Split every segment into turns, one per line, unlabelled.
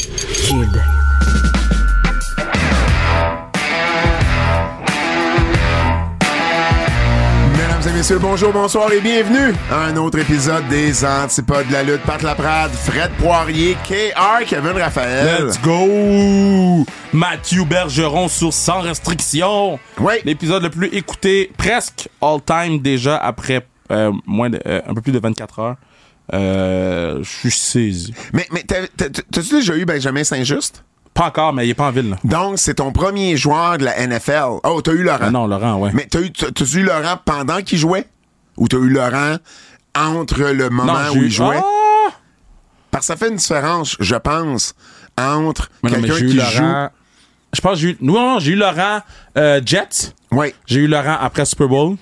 Rigide.
Mesdames et messieurs, bonjour, bonsoir et bienvenue à un autre épisode des Antipodes de la lutte. Pat Laprade, Fred Poirier, KR, Kevin Raphaël.
Let's go! Mathieu Bergeron sur Sans Restriction.
Oui.
L'épisode le plus écouté presque all time déjà après euh, moins de, euh, un peu plus de 24 heures. Euh, je suis saisi.
Mais, mais t'as- t'as- t'as-tu déjà eu Benjamin Saint-Just?
Pas encore, mais il est pas en ville. là.
Donc, c'est ton premier joueur de la NFL. Oh, t'as eu Laurent.
Ah non, Laurent, ouais.
Mais t'as eu, t'as- t'as eu Laurent pendant qu'il jouait? Ou t'as eu Laurent entre le moment
non,
où
j'ai
il
eu-
jouait?
Ah!
Parce que ça fait une différence, je pense, entre
Mais non, mais
quelqu'un
j'ai eu
qui
Laurent. Je pense que j'ai eu. Non, non, j'ai eu Laurent euh, Jets.
joue. Ouais.
J'ai eu Laurent après Super Bowl.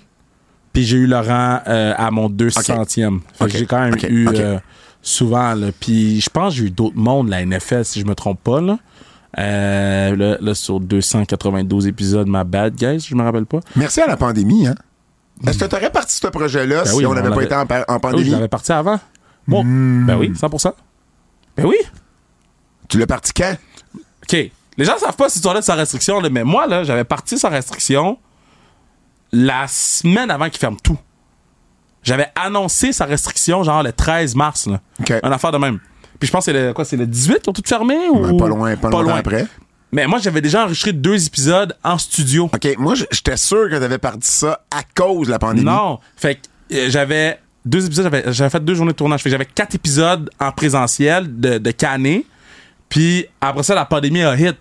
Puis j'ai eu Laurent euh, à mon 200e. Fait
Ok.
que j'ai quand même
Ok.
eu
Ok.
euh, souvent. Là. Puis je pense que j'ai eu d'autres mondes, la NFL, si je me trompe pas. Là. Euh, là, là, sur 292 épisodes, ma bad guys, je me rappelle pas.
Merci à la pandémie, hein? Est-ce que t'aurais parti ce projet-là
Ben
si
oui,
on
on
n'avait pas
l'avait-
été en, pa- en
Ah Oui, je
pandémie?
l'avais parti avant. Bon,
Hmm.
ben oui, 100%. Ben oui.
tu l'as parti quand?
OK. Les gens savent pas si tu là de sans restriction, là, mais moi, là, j'avais parti sans restriction la semaine avant qu'il ferme tout. J'avais annoncé sa restriction, genre le 13 mars. Là.
OK.
Une affaire de même. Puis je pense que c'est le, quoi, c'est le 18 qu'ils ont tout fermé ou.
Ben, pas loin, pas, longtemps après.
Mais moi, j'avais déjà enregistré deux épisodes en studio.
OK, moi, j- j'étais sûr que t'avais parti ça à cause de la pandémie.
Non. Fait que euh, j'avais deux épisodes, j'avais, j'avais fait deux journées de tournage. Fait que j'avais quatre épisodes en présentiel de, de Canet. Puis après ça, la pandémie a hit.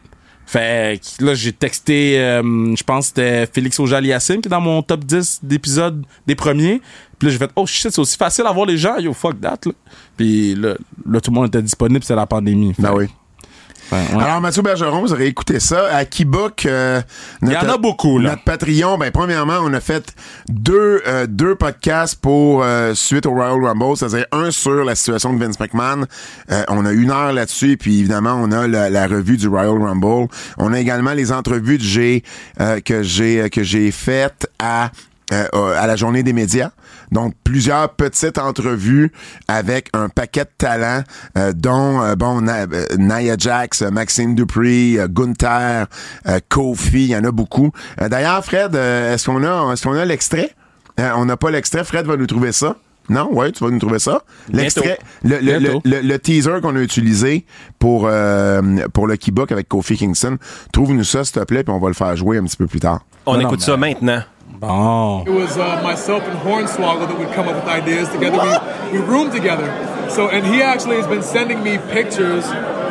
Fait que là, j'ai texté, euh, je pense que c'était Félix Ojaliassim qui est dans mon top 10 d'épisodes des premiers. Puis là, j'ai fait, oh shit, c'est aussi facile à voir les gens. Yo, fuck that, là. Puis là, là, tout le monde était disponible, c'était la pandémie. Fait
Ben oui.
que, ouais, ouais.
Alors, Mathieu Bergeron, vous aurez écouté ça. À Kibok, euh,
Il y en a beaucoup, là.
Notre Patreon, ben, premièrement, on a fait deux, euh, deux podcasts pour euh, suite au Royal Rumble, c'est-à-dire un sur la situation de Vince McMahon. Euh, on a une heure là-dessus, et puis évidemment, on a la, la revue du Royal Rumble. On a également les entrevues que j'ai euh, que j'ai que j'ai faites à euh, euh, à la journée des médias. Donc, plusieurs petites entrevues avec un paquet de talents, euh, dont, euh, bon, Na- euh, Nia Jax, euh, Maxime Dupree, euh, Gunther, euh, Kofi, il y en a beaucoup. Euh, D'ailleurs, Fred, euh, est-ce qu'on a, est-ce qu'on a l'extrait? Euh, on n'a pas l'extrait. Fred va nous trouver ça. Non? Ouais, tu vas nous trouver ça. L'extrait, le,
Bientôt.
le, le,
Bientôt.
le- le teaser qu'on a utilisé pour, euh, pour le Kibok avec Kofi Kingston. Trouve-nous ça, s'il te plaît, puis on va le faire jouer un petit peu plus tard.
On
Non, non,
écoute
mais-
ça maintenant.
Bon.
It was uh, myself and Hornswoggle that would come up with ideas together. We, we roomed together. So, and he actually has been sending me pictures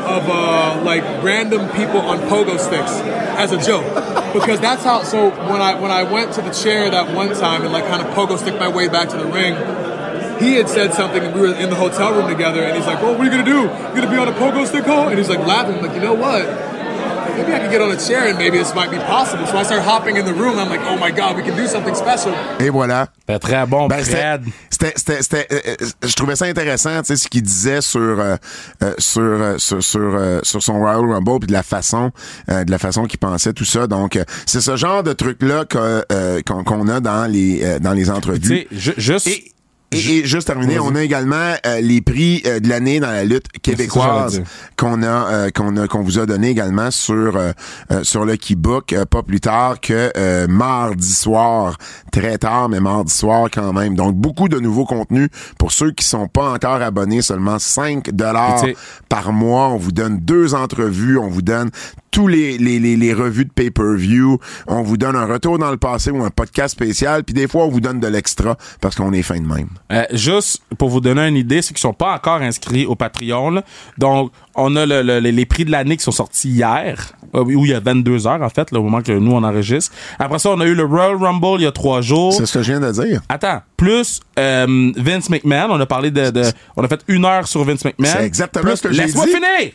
of uh, like random people on pogo sticks as a joke, because that's how. So when I when I went to the chair that one time and like kind of pogo stick my way back to the ring, he had said something and we were in the hotel room together and he's like, Well, what are you gonna do? You gonna be on a pogo stick hole? And he's like laughing, like, you know what? Maybe I could get on a chair and maybe this might be possible. So I start hopping in the room. I'm like, oh my god, we can do something special.
Et voilà.
C'était très bon,
Ben, c'était-
Fred.
c'était- c'était- c'était, euh, euh, je trouvais ça intéressant, tu sais, ce qu'il disait sur euh, euh, sur euh, sur sur, euh, sur son Royal Rumble puis de la façon euh, de la façon qu'il pensait tout ça. Donc euh, c'est ce genre de truc là que, euh, qu'on qu'on a dans les euh, dans les
Tu
entrevues.
sais, ju- juste.
Et, et, et juste terminé, on a également euh, les prix euh, de l'année dans la lutte
c'est
québécoise
ça,
qu'on a euh, qu'on a qu'on vous a donné également sur euh, euh, sur le Keybook euh, pas plus tard que euh, mardi soir, très tard mais mardi soir quand même. Donc beaucoup de nouveaux contenus pour ceux qui sont pas encore abonnés, seulement 5 dollars
Et tu sais-
par mois, on vous donne deux entrevues, on vous donne tous les, les, les, les revues de pay-per-view, on vous donne un retour dans le passé ou un podcast spécial, puis des fois on vous donne de l'extra parce qu'on est fin de même.
Euh, juste pour vous donner une idée, ceux qui sont pas encore inscrits au Patreon, là. donc on a le- le- les- les prix de l'année qui sont sortis hier, euh, ou il y a 22 heures en fait, là, au moment que nous on enregistre. Après ça, on a eu le Royal Rumble il y a trois jours.
C'est ce que je viens de dire.
Attends, plus euh, Vince McMahon, on a parlé de, de- on a fait une heure sur Vince McMahon.
C'est exactement
Plus-
ce que j'ai
Laisse-moi
dit.
finir.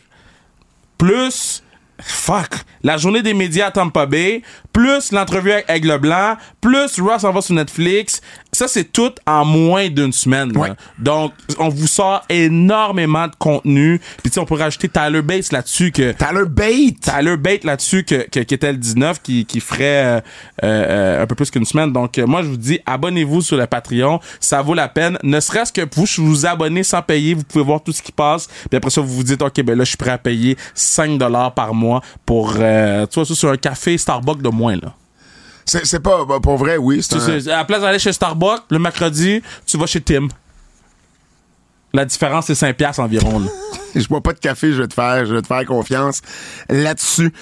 Plus fuck la journée des médias à Tampa Bay, plus l'entrevue avec Aigle Blanc, plus Ross en va sur Netflix. Ça, c'est tout en moins d'une semaine. là.
Ouais.
Donc, on vous sort énormément de contenu. Puis, tu sais, on pourrait ajouter Tyler Bates là-dessus que...
Tyler Bate!
Tyler Bate là-dessus que, que- qui était le 19 qui, qui ferait euh, euh, euh, un peu plus qu'une semaine. Donc euh, moi je vous dis abonnez-vous sur le Patreon, ça vaut la peine. Ne serait-ce que vous je vous abonnez sans payer, vous pouvez voir tout ce qui passe. Puis après ça vous vous dites OK ben là je suis prêt à payer 5 dollars par mois pour euh, tu vois ça sur un café Starbucks de moins là.
C'est c'est pas, bah, pour vrai, oui. c'est
Tu
un-
sais, à la place d'aller chez Starbucks le mercredi, tu vas chez Tim. La différence c'est 5 piastres environ. là.
je bois pas de café, je vais te faire, je vais te faire confiance là-dessus.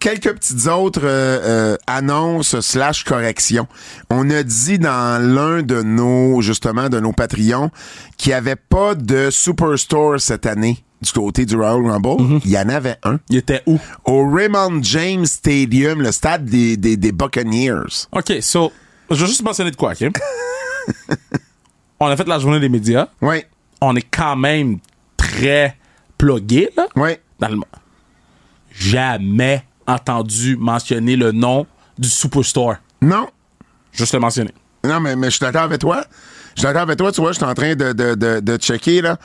Quelques petites autres euh, euh, annonces slash corrections. On a dit dans l'un de nos justement de nos Patreons qu'il n'y avait pas de Superstore cette année du côté du Royal Rumble. Il y en avait un
Il était où
au Raymond James Stadium, le stade des, des, des Buccaneers.
OK, so, je veux juste mentionner de quoi, OK? on a fait la journée des médias.
Oui,
On est quand même très plugué, là.
oui.
Dans le... Jamais entendu mentionner le nom du Superstore.
Non,
Juste le mentionner.
Non, mais, mais je suis d'accord avec toi. Je suis d'accord avec toi, tu vois, je suis en train de, de, de, de checker, là.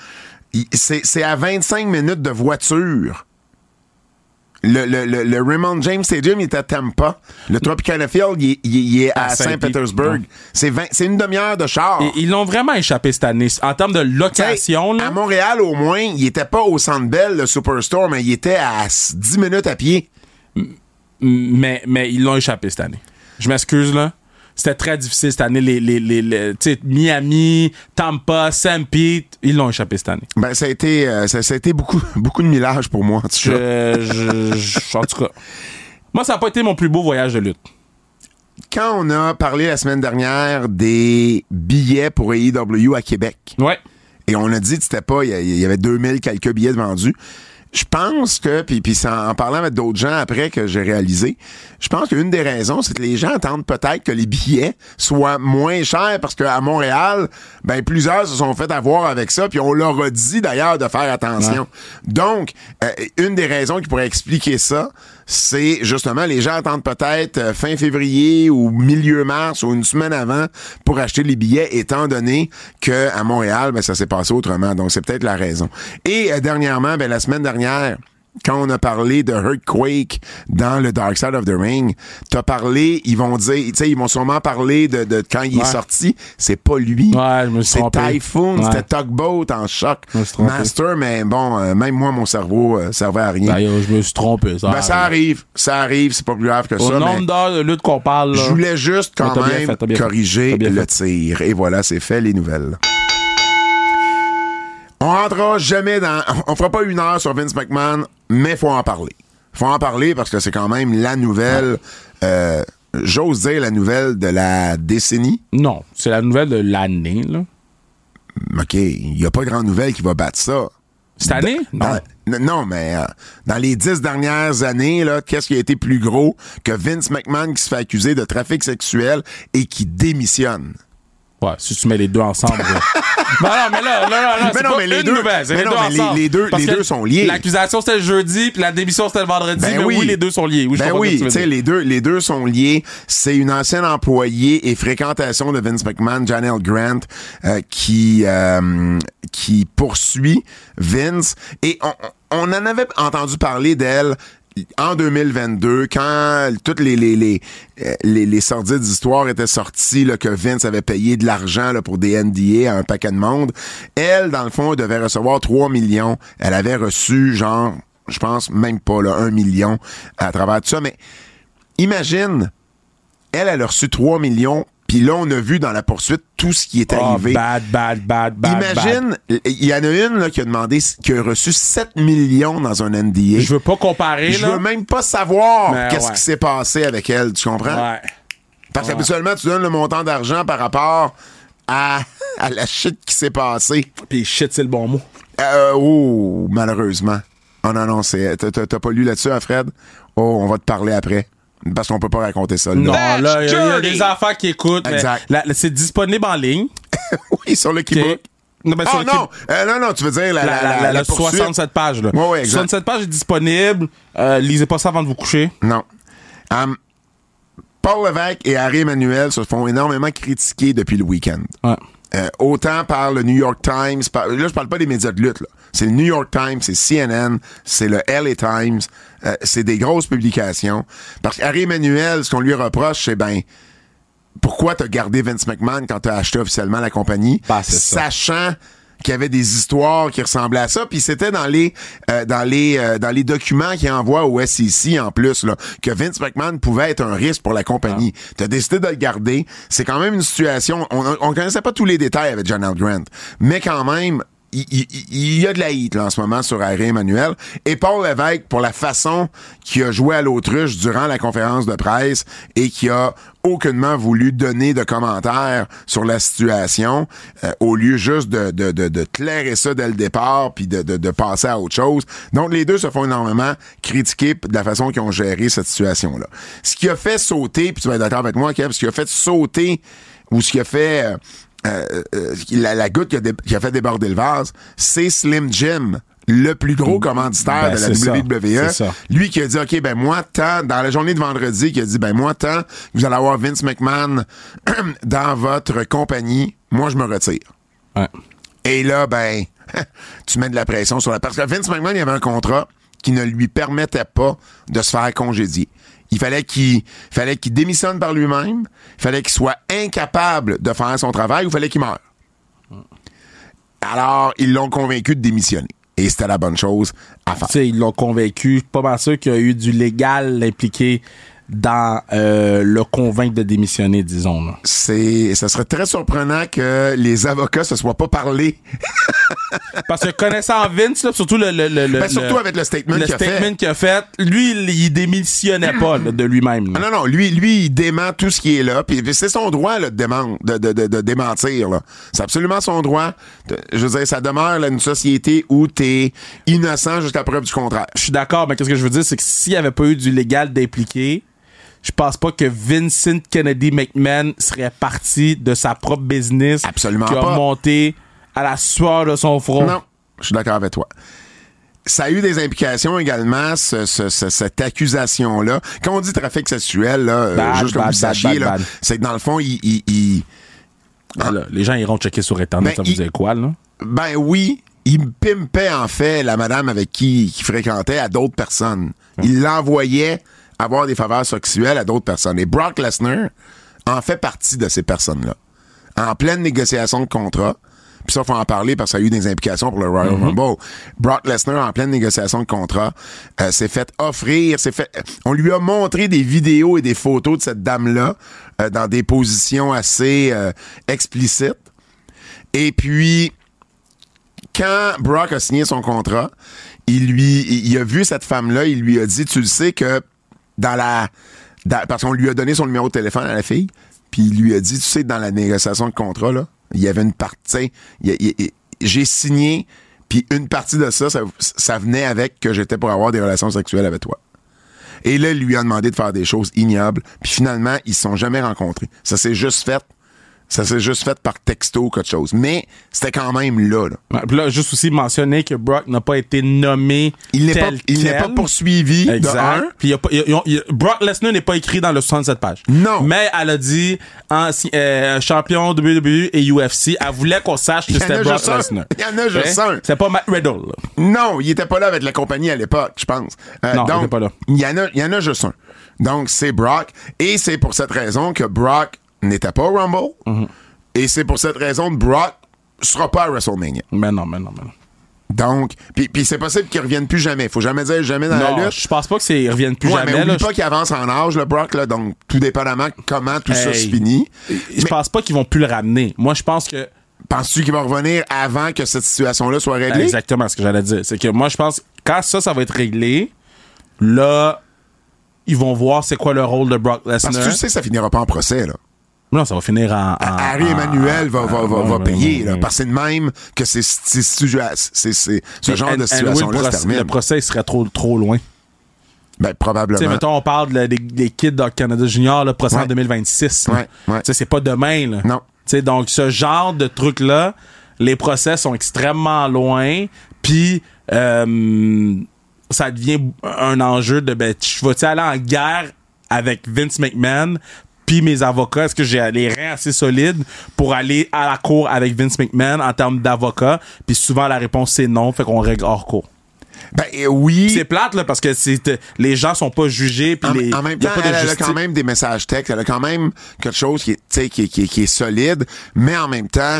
Il- C'est c'est à 25 minutes de voiture. Le, le, le, le Raymond James Stadium, il est à Tampa. Le Tropicana Field, il, est- il est- il est à,
À
Saint-Pétersbourg.
Saint-Pé-
C'est 20 c'est une demi-heure de char.
Et ils l'ont vraiment échappé cette année. En termes de
T'sais,
location, là,
à Montréal, au moins, il était pas au Centre Bell, le Superstore, mais il était à s- 10 minutes à pied.
mais, mais ils l'ont échappé cette année. Je m'excuse, là. C'était très difficile cette année. Les, les, les, les- tu sais, Miami, Tampa, St. Pete, ils l'ont échappé cette année.
Ben, ça a été, euh, ça, ça a été beaucoup, beaucoup de millages pour moi, en tout cas.
Je, je, je- en tout cas. Moi, ça n'a pas été mon plus beau voyage de lutte.
quand on a parlé la semaine dernière des billets pour AEW à Québec,
Ouais.
et on a dit que c'était pas, il y a- il y avait 2000 quelques billets de vendus, je pense que, puis, puis c'est en en parlant avec d'autres gens après que j'ai réalisé, je pense qu'une des raisons, c'est que les gens attendent peut-être que les billets soient moins chers parce qu'à Montréal, ben plusieurs se sont fait avoir avec ça, puis on leur a dit d'ailleurs de faire attention. Donc, euh, une des raisons qui pourrait expliquer ça, c'est justement les gens attendent peut-être euh, fin février ou milieu mars ou une semaine avant pour acheter les billets, étant donné que à Montréal, ben, ça s'est passé autrement. Donc, c'est peut-être la raison. Et euh, dernièrement, ben, la semaine dernière, quand on a parlé de Earthquake dans le Dark Side of the Ring, t'as parlé, ils vont dire, tu sais, ils vont sûrement parler de, de quand il est
Ouais.
sorti. C'est pas lui.
Ouais, je me suis
C'est
trompé.
Typhoon,
Ouais.
c'était Tugboat en choc.
Je me suis trompé.
Master, mais bon, euh, même moi, mon cerveau euh, servait à rien.
D'ailleurs, Ben, je me suis trompé. Ça
Ben, ça arrive, ça arrive, c'est pas plus grave que
Au
ça.
nombre
mais
d'heures de lutte qu'on parle, là.
je voulais juste quand
Mais t'as bien
même
fait, t'as bien fait.
corriger
T'as bien
le
fait.
tir. Et voilà, c'est fait, les nouvelles. On rentrera jamais dans. On fera pas une heure sur Vince McMahon, mais faut en parler. Faut en parler parce que c'est quand même la nouvelle. euh, J'ose dire la nouvelle de la décennie.
Non, c'est la nouvelle de l'année, là.
OK, il n'y a pas grande nouvelle qui va battre ça.
Cette
Ben,
année? Non.
Dans- n- non, mais euh, dans les dix dernières années, là, qu'est-ce qui a été plus gros que Vince McMahon qui se fait accuser de trafic sexuel et qui démissionne?
Ouais, si tu mets les deux ensemble. là. Ben non, mais là, là, là, là,
Mais
c'est
non,
pas
mais les
une
deux-
nouvelle, c'est
mais
les
non,
deux
mais les-
ensemble.
les deux-
Parce
les
que
deux sont liés.
L'accusation, c'était le jeudi, puis la démission, c'était le vendredi. mais oui, les deux sont liés. Oui, je
ben
comprends ce que
oui,
tu veux
tu sais,
dire.
les deux, les deux sont liés. C'est une ancienne employée et fréquentation de Vince McMahon, Janelle Grant, euh, qui euh, qui poursuit Vince. Et on, on en avait entendu parler d'elle en 2022, quand toutes les les les euh, les, les sordides histoires étaient sorties, là, que Vince avait payé de l'argent là, pour des NDA à un paquet de monde, elle, dans le fond, devait recevoir 3 millions. Elle avait reçu, genre, je pense même pas là, 1 million à travers tout ça. Mais imagine, elle, elle a reçu 3 millions, puis là, on a vu dans la poursuite tout ce qui est
Oh,
arrivé.
bad, bad, bad, bad. bad.
Imagine, il y en a une là, qui a demandé, qui a reçu 7 millions dans un NDA.
Je veux pas comparer,
Je
là.
veux même pas savoir
Mais
qu'est-ce
ouais.
qui s'est passé avec elle, tu comprends?
Ouais.
Parce qu'habituellement, tu donnes le montant d'argent par rapport à, à la shit qui s'est passée.
Puis shit, c'est le bon mot.
Euh, oh, malheureusement. Oh non, non, c'est. t'as- T'as t'as pas lu là-dessus, hein, Fred? Oh, on va te parler après. Parce qu'on peut pas raconter ça. là.
Non,
That's
là, il y, a- y a
dirty.
des enfants qui écoutent. mais
Exact.
la- la- c'est disponible en ligne.
oui, sur le
OK?
Québec.
Non, ben, sur
oh
le
non! Euh, non, non, tu veux dire la,
La,
la,
la- la-
la
la
poursuite.
67 pages. Là.
Ouais, ouais, exact.
67 pages est disponible. Euh, lisez pas ça avant de vous coucher.
Non. Hum, Paul Levesque et Harry Emmanuel se font énormément critiquer depuis le week-end.
Ouais.
Euh, autant par le New York Times, par- là je parle pas des médias de lutte, là. c'est le New York Times, c'est CNN, c'est le LA Times, euh, c'est des grosses publications. Parce qu'Harry Emmanuel, ce qu'on lui reproche, c'est ben pourquoi t'as gardé Vince McMahon quand t'as acheté officiellement la compagnie,
Ben, c'est ça.
sachant qu'il y avait des histoires qui ressemblaient à ça, puis c'était dans les euh, dans les euh, dans les documents qu'il envoie au SEC en plus là, que Vince McMahon pouvait être un risque pour la compagnie.
Ah.
T'as décidé de le garder. C'est quand même une situation. On, on connaissait pas tous les détails avec John L. Grant, mais quand même. Il, il- il y a de la hit là, en ce moment sur Harry Emmanuel et Paul Levesque pour la façon qu'il a joué à l'autruche durant la conférence de presse et qui a aucunement voulu donner de commentaires sur la situation euh, au lieu juste de, de, de, de clairer ça dès le départ puis de, de, de passer à autre chose. Donc, les deux se font énormément critiquer de la façon qu'ils ont géré cette situation-là. Ce qui a fait sauter, puis tu vas être d'accord avec moi, Kev, ce qui a fait sauter ou ce qui a fait... euh, euh, euh, la, la goutte qui a, dé- qui a fait déborder le vase, c'est Slim Jim, le plus gros commanditaire
Ben,
de la
c'est ça.
WWE.
C'est ça.
Lui qui a dit, OK, ben moi, tant, dans la journée de vendredi, qui a dit, ben moi, tant, que vous allez avoir Vince McMahon dans votre compagnie, moi, je me retire.
Ouais.
Et là, ben, tu mets de la pression sur la... Parce que Vince McMahon, il avait un contrat qui ne lui permettait pas de se faire congédier. Il fallait qu'il fallait qu'il démissionne par lui-même, il fallait qu'il soit incapable de faire son travail ou il fallait qu'il meure. Alors, ils l'ont convaincu de démissionner. Et c'était la bonne chose à faire.
Tu sais, ils l'ont convaincu. Pas mal sûr qu'il y a eu du légal impliqué dans euh, le convaincre de démissionner, disons. là.
c'est ça serait très surprenant que les avocats se soient pas parlé
Parce que connaissant Vince, là, surtout le, le, le- le-
Ben, surtout
le-
avec le statement
le
qu'il a fait.
statement qu'il a fait, lui, il, il démissionnait pas là, de lui-même. là.
Ah non non lui lui il dément tout ce qui est là puis puis c'est son droit là, de, démen- de, de, de- de démentir là c'est absolument son droit De- je veux dire ça demeure là, une société où t'es innocent jusqu'à preuve du contraire
Je suis d'accord, mais qu'est-ce que je veux dire, c'est que s'il n'y avait pas eu du légal d'impliqué, je pense pas que Vincent Kennedy McMahon serait parti de sa propre business
Absolument
qui a
pas.
monté à la sueur de son front.
Non, je suis d'accord avec toi. Ça a eu des implications également, ce- ce- ce- cette accusation-là. Quand on dit trafic sexuel, là, euh,
Bad,
juste que vous
bad,
sachiez,
bad,
là,
bad.
c'est que dans le fond, il- il- il,
Ben là, les gens iront checker sur Internet,
Ben,
ça vous
il-
dit quoi, là?
Ben oui, il me pimpait en fait la madame avec qui il fréquentait à d'autres personnes. Il l'envoyait avoir des faveurs sexuelles à d'autres personnes. Et Brock Lesnar en fait partie de ces personnes-là. En pleine négociation de contrat, puis ça, faut en parler parce que ça a eu des implications pour le Royal Rumble. Brock Lesnar, en pleine négociation de contrat, euh, s'est fait offrir, s'est fait. On lui a montré des vidéos et des photos de cette dame-là euh, dans des positions assez euh, explicites. Et puis, quand Brock a signé son contrat, il lui, il il a vu cette femme-là, il lui a dit, tu le sais que dans la, dans- parce qu'on lui a donné son numéro de téléphone à la fille, puis il lui a dit, tu sais, dans la négociation de contrat, là, il y avait une partie, il y a- il- il- j'ai signé, puis une partie de ça, ça, ça venait avec que j'étais pour avoir des relations sexuelles avec toi. Et là, il lui a demandé de faire des choses ignobles. Puis finalement, ils se sont jamais rencontrés. Ça s'est juste fait. Ça s'est juste fait par texto, quelque chose. Mais c'était quand même là. là.
Ouais, Ben, puis là, juste aussi mentionner que Brock n'a pas été nommé
Il n'est pas,
tel
il n'est
quel.
pas poursuivi de
Exact.
un.
Puis il y a pas- il y a- ils ont- il y a- Brock Lesnar n'est pas écrit dans le 67 pages.
Non.
Mais elle a dit ancien- euh, champion WWE et UFC. Elle voulait qu'on sache que
Il y en
c'était
a
Brock
juste un.
Lesnar.
Il y en a juste
Hein?
un.
C'est pas Matt Riddle. là.
Non, il était pas là avec la compagnie à l'époque, je pense. Euh,
Non, il
donc,
était pas là.
Il y en a, il y en a juste un. Donc, c'est Brock. Et c'est pour cette raison que Brock n'était pas au Rumble.
Mm-hmm.
Et c'est pour cette raison que Brock sera pas à WrestleMania.
Mais non, mais non, mais non.
Donc, puis puis c'est possible qu'il revienne plus jamais. Faut jamais dire jamais dans la
Non,
Euh, lutte.
je pense pas que c'est ils reviennent plus
Ouais, mais
jamais.
oublie
là.
pas qu'il avance en âge, le Brock, là, donc tout dépendamment comment tout ça
Hey.
se finit.
Je pense pas qu'ils vont plus le ramener. Moi, je pense que
Penses-tu qu'il va revenir avant que cette situation-là soit réglée?
Ah, Exactement ce que j'allais dire. C'est que moi, je pense, quand ça, ça va être réglé, là, ils vont voir c'est quoi le rôle de Brock Lesnar.
Parce que tu sais que ça finira pas en procès, là.
Non, ça va finir en. en-
Harry
en-
Emmanuel va,
en-
va, va,
en-
va
en-
payer,
en-
là,
en-
parce que c'est de même que c'est, c'est, c'est, c'est- ce genre de
And- and oui, le,
situation-là se
procès, le
termine.
procès, il serait trop, trop loin.
Ben,
Tu sais,
probablement.
mettons, on parle de- des, des kids dans le Canada Junior, le procès
Ouais.
en 2026. là.
Ouais, ouais.
Tu sais, c'est pas demain, là.
Non.
Tu sais, donc, ce genre de truc-là, les procès sont extrêmement loin, puis euh, ça devient un enjeu de, ben, tu vas-tu aller en guerre avec Vince McMahon puis mes avocats, est-ce que j'ai les reins assez solides pour aller à la cour avec Vince McMahon en termes d'avocat? Puis souvent, la réponse, c'est non. Fait qu'on règle hors cours.
Ben euh, oui.
Puis C'est plate, là, parce que c'est, euh, les gens sont pas jugés. Puis
En,
les,
en même
y a
temps,
pas de
elle a
justice.
quand même des messages textes, elle a quand même quelque chose qui est, tu sais, qui, est- qui est- qui est solide, mais en même temps,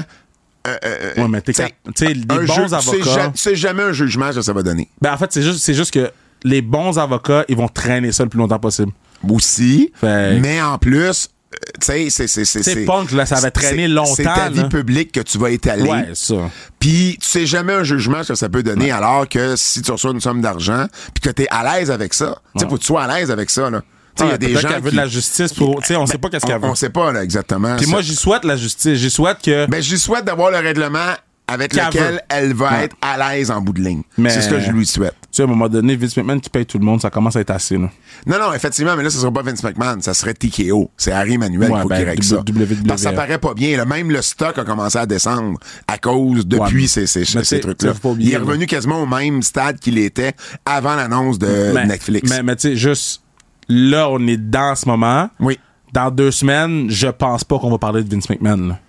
euh, euh,
Ouais, mais t'es
tu sais,
cap- tu sais, les
un
bons
ju- tu sais
avocats-
ja- Tu sais jamais un jugement que ça va donner.
Ben, en fait, c'est juste, c'est juste que les bons avocats, ils vont traîner ça le plus longtemps possible.
aussi.
Fait-
Mais en plus, euh, tu sais, c'est. C'est c'est-
Tu sais,
c'est-
Punk, là, ça avait traîné
c'est-
longtemps,
C'est ta vie
là.
publique que tu vas étaler.
Ouais, ça.
Puis tu sais jamais un jugement que ça peut donner, alors que si tu reçois une somme d'argent, puis que tu es à l'aise avec ça, tu sais, faut que tu sois à l'aise avec ça, là. Tu sais, il y a
Ouais,
Ah, des
peut-être
gens.
qu'elle veut
qui-
de la justice pour. Tu sais, on sait pas qu'est-ce qu'elle
on,
veut.
on sait pas, là, exactement.
Puis
ça.
moi, j'y souhaite la justice. J'y souhaite que.
Ben, j'y souhaite d'avoir le règlement avec
Qu'elle veut.
lequel elle va
Ouais.
être à l'aise en bout de ligne.
Mais-
C'est ce que je lui souhaite.
tu sais, à un moment donné, Vince McMahon qui paye tout le monde, ça commence à être assez, là.
Non, non, effectivement, mais là, ce sera pas Vince McMahon, ça serait TKO. C'est Harry Manuel
Ouais,
qu'il faut
ben,
qu'il règle
W-
ça.
WWE.
Parce que ça paraît pas bien. là. Même le stock a commencé à descendre à cause, depuis
Ouais,
ces, ces-
mais ben,
ces
t'sais,
trucs-là.
t'sais, faut pas oublier,
Il est revenu quasiment au même stade qu'il était avant l'annonce de
Mm, mais,
Euh, Netflix.
Mais, mais tu sais, juste, là, on est dans ce moment.
Oui.
Dans deux semaines, je pense pas qu'on va parler de Vince McMahon, là.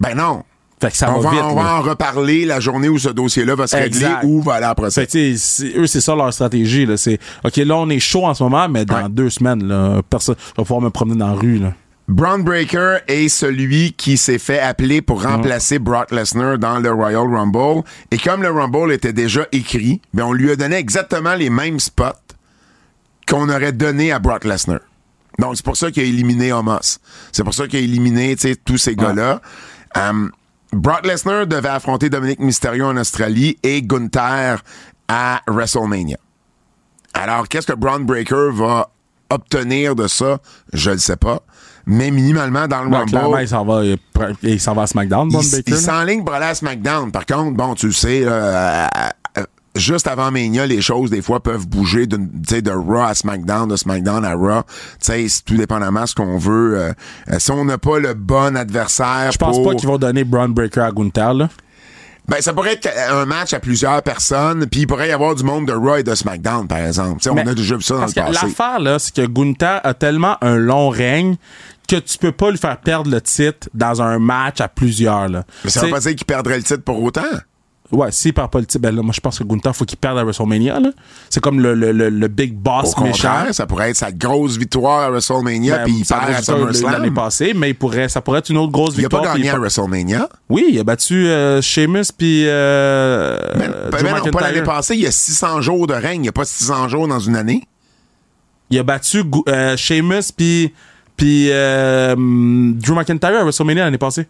Ben non.
Fait que ça
on
va
va,
vite,
on
là.
va en reparler la journée où ce dossier-là va se régler
Exact.
ou va aller en
Fait
procès.
que, tu sais, c'est- eux, c'est ça leur stratégie, là. C'est, OK, là, on est chaud en ce moment, mais dans
Ouais.
deux semaines, là, personne, je vais pouvoir me promener dans la rue, là.
Braun Breaker est celui qui s'est fait appeler
Mm.
pour remplacer Brock Lesnar dans le Royal Rumble. Et comme le Rumble était déjà écrit, ben on lui a donné exactement les mêmes spots qu'on aurait donné à Brock Lesnar. Donc, c'est pour ça qu'il a éliminé Homos. C'est pour ça qu'il a éliminé tu sais, tous ces gars-là. Um, Brock Lesnar devait affronter Dominique Mysterio en Australie et Gunther à WrestleMania. Alors, qu'est-ce que Braun Breaker va obtenir de ça? Je ne sais pas. Mais minimalement, dans le
Ben, clairement,
Rumble,
il s'en va, il, pre- il s'en va à SmackDown, Von
il,
Baker.
il s'enligne pour aller à SmackDown. Par contre, bon, tu le sais, là, euh, euh, juste avant Mania, les choses, des fois, peuvent bouger d'une- tu sais, de Raw à SmackDown, de SmackDown à Raw. Tu sais, c'est tout dépendamment ce qu'on veut. euh, euh, si on n'a pas le bon adversaire
Je pense
pour-
pas qu'ils vont donner Braun Breaker à Gunther, là.
Ben, ça pourrait être un match à plusieurs personnes, puis il pourrait y avoir du monde de Raw et de SmackDown, par exemple. Tu sais, on
Mais-
a déjà vu ça dans le
parce que
passé.
L'affaire, là, c'est que Gunther a tellement un long règne que tu peux pas lui faire perdre le titre dans un match à plusieurs, là.
Mais ça
Tu
veut
sais,
pas dire qu'il perdrait le titre pour autant.
Ouais, s'il perd pas le titre, ben là, moi, je pense que Gunther, faut qu'il perde à WrestleMania, là. C'est comme le, le, le, le big
Au
boss méchant.
contraire, ça pourrait être sa grosse victoire à Wrestlemania,
Ben,
puis il
ça
perd
reste
à
ça l'année
SummerSlam.
passée, mais il pourrait, ça pourrait être une autre grosse
Il n'a
victoire.
pas
puis
gagné
il
à
pa-
WrestleMania.
Oui, il a battu euh, Sheamus puis euh,
Ben,
euh,
ben
Drew
non, pas
McIntyre.
l'année passée, il y a 600 jours de règne. Il n'y a pas 600 jours dans une année.
Il a battu Gou- euh, Sheamus puis puis euh, Drew McIntyre à WrestleMania l'année passée.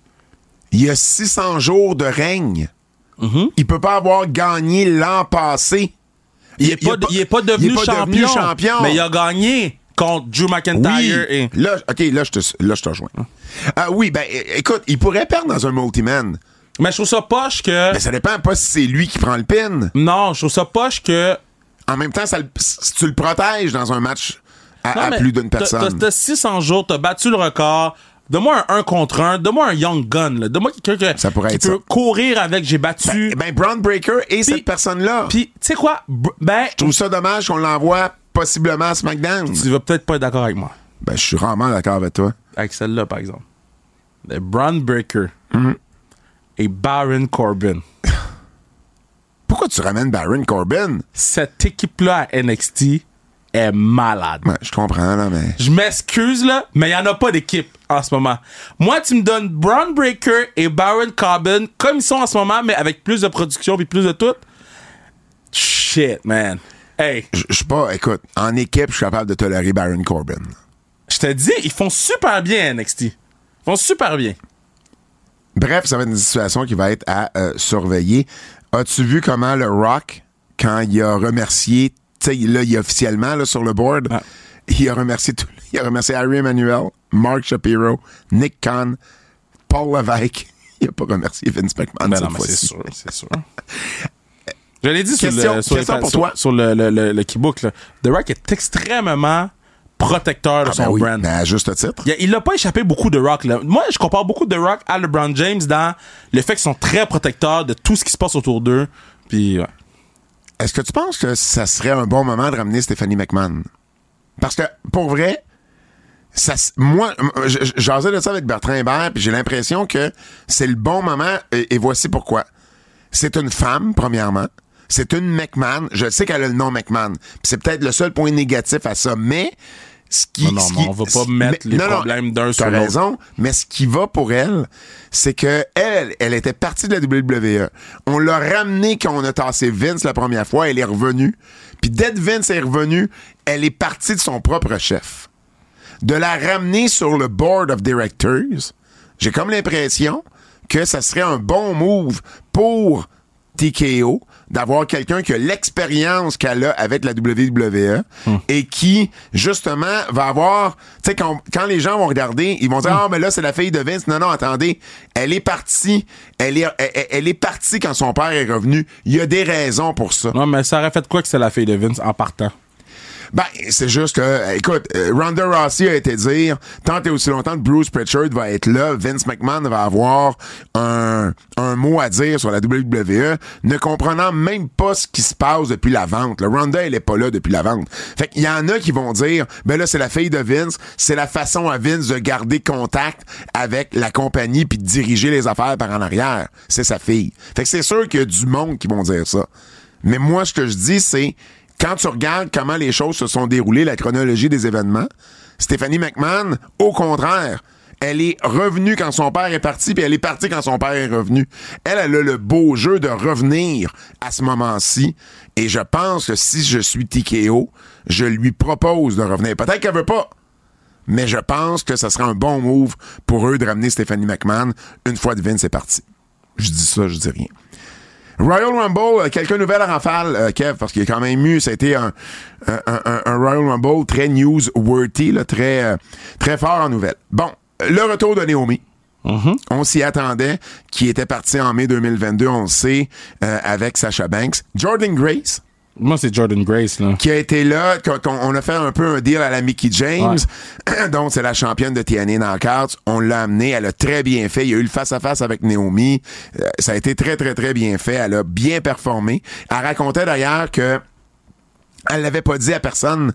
Il y a 600 jours de règne.
Mhm.
Il peut pas avoir gagné l'an passé.
Il est
il
pas, il est pas devenu
il est pas
champion,
devenu champion.
mais il a gagné contre Drew
Oui.
McIntyre et
Là, OK, là, je te, là, je te rejoins. Ah oui, ben, é- écoute, il pourrait perdre dans un multi-man.
mais je trouve ça poche que
Mais ça dépend pas si Ben, c'est lui qui prend le pin.
non, je trouve ça poche que
En même temps, ça, le- si tu le protèges dans un match à,
Non,
à
mais
plus d'une
t'as-
personne.
T'as t'as 600 jours, t'as battu le record. Donne-moi un 1 contre 1, donne-moi un young gun, là. donne-moi quelqu'un que-
Ça pourrait
qui
être
peut
ça.
courir avec j'ai battu.
Eh ben, Brown Breaker et cette personne-là.
Puis tu sais quoi Br- Ben
Je trouve ça dommage qu'on l'envoie possiblement à SmackDown.
tu vas peut-être pas être d'accord avec moi.
Ben, je suis rarement d'accord avec toi.
Avec celle-là par exemple. Le Braun Breaker
Mm-hmm.
et Baron Corbin.
Pourquoi tu ramènes Baron Corbin?
Cette équipe là à NXT est malade.
Ouais, Ben, je comprends, là, mais.
Je m'excuse là, mais il n'y en a pas d'équipe en ce moment. Moi, tu me donnes Brown Breaker et Baron Corbin comme ils sont en ce moment, mais avec plus de production puis plus de tout. Shit, man. Hey,
Je je suis pas. Écoute, en équipe, je suis capable de tolérer Baron Corbin.
je te dis, ils font super bien NXT. Ils font super bien.
Bref, ça va être une situation qui va être à euh, surveiller. As-tu vu comment le Rock, quand il a remercié, tu sais, là, il est officiellement là, sur le board,
Ouais.
il a remercié tout, il a remercié Harry Emmanuel, Mark Shapiro, Nick Khan, Paul Levesque. Il a pas remercié Vince McMahon
Ben
cette
non, mais
fois-ci.
c'est sûr, c'est sûr. Je l'ai dit sur
Question-
le, sur
question
les-
pour
sur-
toi.
sur le, le, le- le keybook, là. The Rock est extrêmement protecteur de
Ah, ben
son
oui,
brand.
mais à juste titre.
Il a- Il n'a pas échappé beaucoup de Rock. Là. Moi, je compare beaucoup de Rock à LeBron James dans le fait qu'ils sont très protecteurs de tout ce qui se passe autour d'eux. Puis, ouais.
Est-ce que tu penses que ça serait un bon moment de ramener Stéphanie McMahon? Parce que, pour vrai, ça, s- moi, m- euh, j- j- j'asais de ça avec Bertrand Hébert, puis j'ai l'impression que c'est le bon moment, et, et voici pourquoi. C'est une femme, premièrement. C'est une McMahon. Je sais qu'elle a le nom McMahon. Puis c'est peut-être le seul point négatif à ça, mais ce qui...
Non, non,
ce
mais
qui-
on va pas
ce-
mettre les problèmes d'un sur
t'as
l'autre.
raison, mais ce qui va pour elle, c'est que elle, elle était partie de la WWE. On l'a ramenée quand on a tassé Vince la première fois, elle est revenue. Puis dès que Vince est revenu, elle est partie de son propre chef de la ramener sur le board of directors, j'ai comme l'impression que ça serait un bon move pour TKO d'avoir quelqu'un qui a l'expérience qu'elle a avec la WWE et qui, justement, va avoir... Tu sais, quand, quand les gens vont regarder, ils vont dire « Ah, mais là, c'est la fille de Vince. » Non, non, attendez. Elle est partie. Elle est, elle, elle- elle est partie quand son père est revenu. Il y a des raisons pour ça.
Non, mais ça aurait fait quoi que c'est la fille de Vince en partant?
Ben, c'est juste que, euh, écoute, euh, Ronda Rousey a été dire, tant et aussi longtemps que Bruce Pritchard va être là, Vince McMahon va avoir un, un mot à dire sur la WWE, ne comprenant même pas ce qui se passe depuis la vente. Le Ronda, elle est pas là depuis la vente. Fait qu'il y en a qui vont dire, ben là, c'est la fille de Vince, c'est la façon à Vince de garder contact avec la compagnie puis de diriger les affaires par en arrière. C'est sa fille. Fait que c'est sûr qu'il y a du monde qui vont dire ça. Mais moi, ce que je dis, c'est quand tu regardes comment les choses se sont déroulées, la chronologie des événements, Stéphanie McMahon, au contraire, elle est revenue quand son père est parti, puis elle est partie quand son père est revenu. Elle, elle a le beau jeu de revenir à ce moment-ci. Et je pense que si je suis TKO, je lui propose de revenir. Peut-être qu'elle veut pas. Mais je pense que ça sera un bon move pour eux de ramener Stéphanie McMahon une fois que Vince est parti. Je dis ça, je dis rien. Royal Rumble, euh, quelques nouvelles à rafale, euh, Kev, parce qu'il y a quand même eu, ça a été un, un, un- un Royal Rumble très newsworthy, là, très, euh, très fort en nouvelles. Bon, le retour de Naomi. On s'y attendait, qui était parti en mai 2022, on le sait, euh, avec Sasha Banks. Jordan Grace,
Moi, c'est Jordan Grace, là.
qui a été là, qu'on- qu'on- on a fait un peu un deal à la Mickey James, donc c'est la championne de TNA Knockouts, on l'a amenée, elle a très bien fait, il y a eu le face-à-face avec Naomi, Euh, ça a été très très très bien fait, elle a bien performé, elle racontait d'ailleurs que elle l'avait pas dit à personne,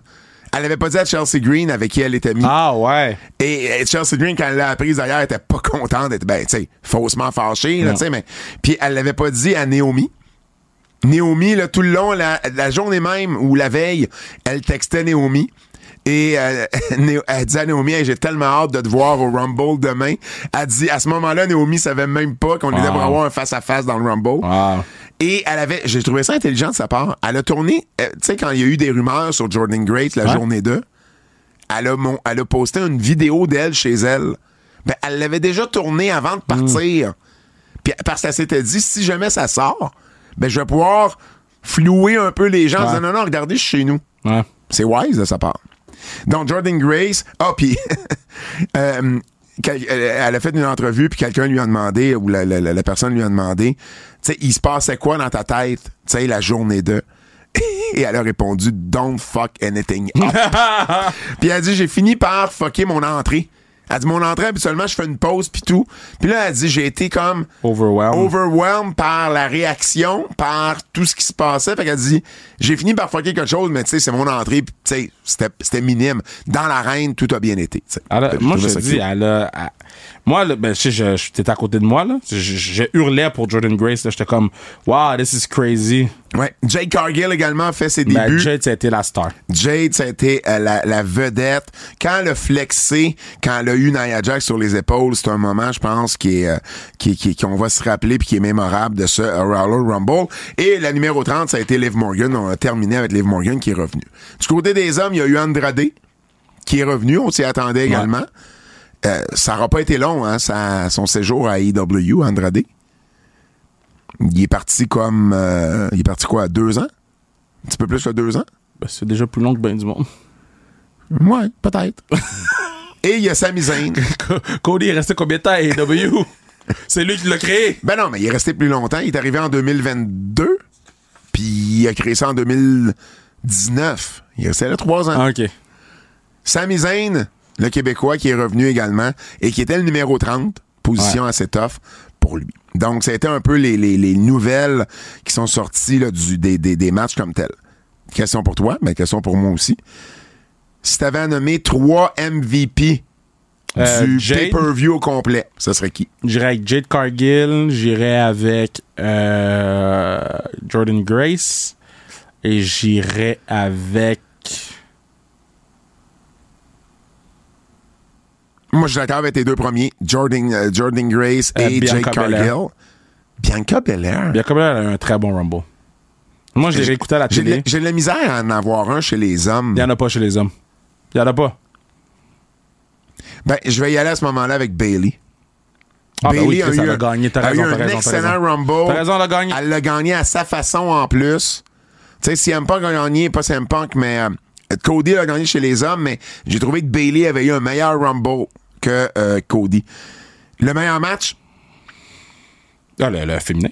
elle l'avait pas dit à Chelsea Green avec qui elle était mise.
Ah, ouais.
Et, et Chelsea Green, quand elle l'a apprise d'ailleurs, elle était pas contente d'être, ben, tu sais, faussement fâchée, là,
Non.
tu sais, mais. Puis elle l'avait pas dit à Naomi. Naomi, là, tout le long, la, la journée même ou la veille, elle textait Naomi. Et euh, Né- elle dit à Naomi, Hey, j'ai tellement hâte de te voir au Rumble demain. Elle dit, à ce moment-là, Naomi savait même pas qu'on était pour
Wow.
avoir un face-à-face dans le Rumble.
Wow.
Et elle avait, j'ai trouvé ça intelligent de sa part. Elle a tourné, euh, tu sais, quand il y a eu des rumeurs sur Jordan Grace la
Ouais.
journée 2, elle a, mon- elle a posté une vidéo d'elle chez elle. Ben, elle l'avait déjà tournée avant de
Hmm.
partir. Puis, parce qu'elle s'était dit, si jamais ça sort, ben, je vais pouvoir flouer un peu les gens en
Ouais.
disant, non, non, regardez, je suis chez nous.
Ouais.
C'est wise de sa part. Donc, Jordan Grace, ah, puis, euh, quel- elle elle a fait une entrevue, puis quelqu'un lui a demandé, ou la, la- la- la personne lui a demandé, tu sais, il se passait quoi dans ta tête, tu sais, la journée de. Et elle a répondu, don't fuck anything up. Puis elle dit, j'ai fini par fucker mon entrée. Elle dit, mon entrée, habituellement, je fais une pause, puis tout. Puis là, elle dit, j'ai été comme
Overwhelmed.
overwhelmed par la réaction, par tout ce qui se passait. Fait qu'elle dit, j'ai fini par fucker quelque chose, mais tu sais, c'est mon entrée, puis tu sais, c'était- c'était minime. Dans l'arène, tout a bien été. tu sais.
Elle a-
Fait que
Ah, moi, Ben, je
trouvais ça
te dis,
cute.
elle a. elle- moi, là, ben, je sais, je, je- t'étais à côté de moi, là. Je, je- je hurlais pour Jordan Grace, là. J'étais comme, wow, this is crazy.
Ouais. Jade Cargill également fait ses débuts.
Ben, Jade, ça a été la star.
Jade, ça a été euh, la, la vedette. Quand elle a flexé, quand elle a eu Nia Jax sur les épaules, c'est un moment, je pense, qui est, euh, qui, qui, qu'on va se rappeler puis qui est mémorable de ce euh, Royal Rumble. Et la numéro 30, ça a été Liv Morgan. On a terminé avec Liv Morgan qui est revenu. Du côté des hommes, il y a eu Andrade qui est revenu. On s'y attendait également. Euh, ça n'aura pas été long, hein, sa- son séjour à EW, Andrade. Il est parti comme... euh, il est parti quoi, deux ans? Un petit peu plus que deux ans?
Ben, c'est déjà plus long que ben du monde.
Ouais, peut-être. Et il y a Sami Zayn.
Cody est resté combien de temps à AEW? c'est lui qui l'a créé.
Ben non, mais il est resté plus longtemps. Il est arrivé en 2022, puis il a créé ça en 2019. Il est resté là trois ans.
Ah, ok.
Sami Zayn, le Québécois qui est revenu également et qui était le numéro 30, position assez tough pour lui. Donc, ça a été un peu les, les- les nouvelles qui sont sorties là, du, des, des- des matchs comme tels. Question pour toi, mais question pour moi aussi. si t'avais à nommer trois MVP
Euh,
du
Jade.
pay-per-view au complet, ce serait qui?
J'irai avec Jade Cargill, j'irai avec euh, Jordan Grace et j'irai avec.
Moi, je suis d'accord avec tes deux premiers, Jordan, euh, Jordan Grace
Euh,
et Jade
Bianca
Cargill.
Belair.
Bianca Belair.
Bianca Belair a un très bon Rumble. Moi, je l'ai écouté à la
J'ai de la-
télé.
J'ai de la misère à en avoir un chez les hommes.
Il n'y en a pas chez les hommes. Il n'y en a pas.
Ben, je vais y aller à ce moment-là avec Bailey.
Ah, ben oui,
Bailey
Chris, elle a gagné. T'as raison,
a eu
t'as
un
raison.
excellent
t'as raison.
Rumble.
T'as raison, elle a gagné.
Elle l'a gagné à sa façon en plus. Tu sais, CM Punk a gagné, pas CM Punk, mais euh, Cody l'a gagné chez les hommes, mais j'ai trouvé que Bailey avait eu un meilleur Rumble que euh, Cody. Le meilleur match,
Ah, le, le féminin.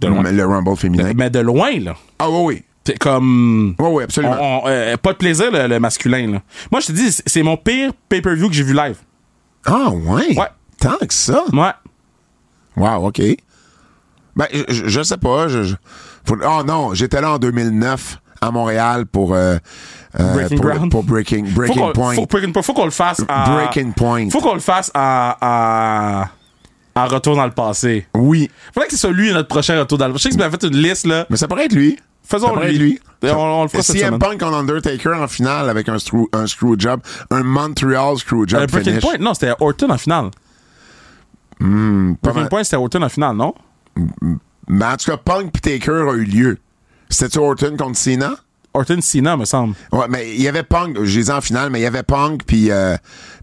De loin. Ben,
le Rumble féminin.
Mais de loin, là.
Ah oui, oui.
C'est comme.
Oui, oui, absolument.
On- on- euh, pas de plaisir, le, le masculin. Là. Moi, je te dis, c'est- c'est mon pire pay-per-view que j'ai vu live.
Ah ouais?
Ouais.
Tant que ça?
Ouais.
Wow, OK. Ben, je- je, je sais pas. Je, je- faut- oh non, j'étais là en 2009 à Montréal pour, euh, euh,
Breaking
pour,
Ground.
pour Breaking, breaking
faut qu'on-
Point.
Faut, breaking Point, faut qu'on le fasse à.
Breaking Point.
Faut qu'on le fasse à. à, à retour dans le passé.
Oui,
Faudrait que c'est celui notre prochain retour dans le passé. Je sais que tu m'as fait une liste, là.
mais ça pourrait être lui.
Faisons
Ça pourrait
lui.
être lui.
Et on- on le fera cette
CM
semaine.
Punk en Undertaker en finale avec un, screw, un screwjob, un Montreal
Euh,
screwjob
breaking
finish.
Point, non, c'était Orton en finale. breaking
Hmm, mal.
Point, c'était Orton en finale, non?
Mais en tout cas, Punk pis Taker a eu lieu. C'était-tu Orton contre Cena?
Orton Cena, me semble.
Ouais, mais il y avait Punk, je les ai en finale, mais il y avait Punk puis euh,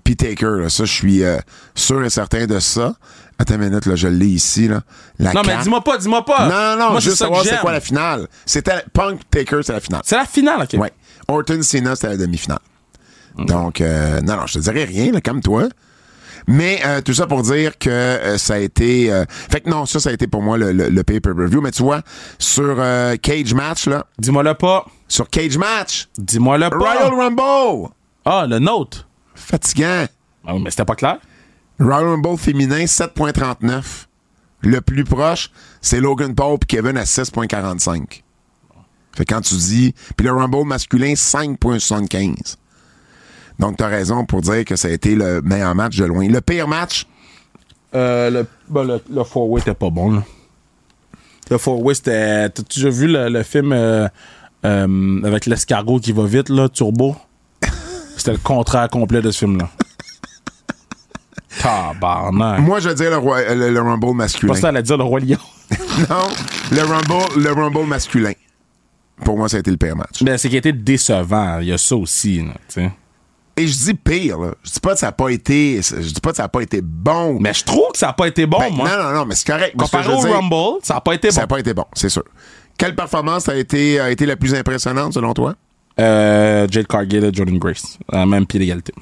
puis Taker. là. Ça, je suis euh, sûr et certain de ça. Attends une minute, là, je l'ai ici. Là. La
Non, mais
carte.
dis-moi pas, dis-moi pas.
Non, non,
Moi,
juste
ça que
savoir c'est
j'aime.
quoi la finale. C'était Punk, Taker, c'est la finale.
C'est la finale, ok.
Ouais. Orton, Cena, c'était la demi-finale. Donc, euh, non, non, je te dirais rien, là, comme toi. Mais euh, tout ça pour dire que euh, ça a été... euh, fait que non, ça, ça a été pour moi le, le, le pay-per-view. Mais tu vois, sur euh, Cage Match, là,
Dis-moi-le pas.
sur Cage Match,
Dis-moi-le pas.
Royal Rumble,
Ah, le nôtre.
fatigant.
Ah oui, mais c'était pas clair.
Royal Rumble féminin, 7.39. Le plus proche, c'est Logan Paul et Kevin à 6.45. Fait que quand tu dis... Puis le Rumble masculin, 5.75. Donc, t'as raison pour dire que ça a été le meilleur match de loin. Le pire match,
Euh, le, ben, le, le Four Way était pas bon, là. Le Four Way, c'était. T'as déjà vu le, le film euh, euh, avec l'escargot qui va vite, là, Turbo? C'était le contraire complet de ce film-là. Tabarnak.
moi, je veux dire le, roi- euh, le- le Rumble masculin.
Pas ça, elle a dit le Roi Lion.
Non, le Rumble, le Rumble masculin. Pour moi, ça a été le pire match.
mais Ben, c'est qu'il était décevant. Il y a ça aussi, là, tu sais.
Et je dis pire, là. Je dis pas que ça a pas été... Je dis pas que ça a pas été bon.
Mais je trouve que ça a pas été bon,
Ben,
moi.
Non, non, non, mais c'est correct. Mais ce que
Comparé
je
au
veux dire-
Rumble, ça a pas été
Ça
bon.
n'a pas été bon, c'est sûr. Quelle performance a été, a été la plus impressionnante selon toi?
Euh, Jade Cargill et Jordan Grace. À même pied d'égalité.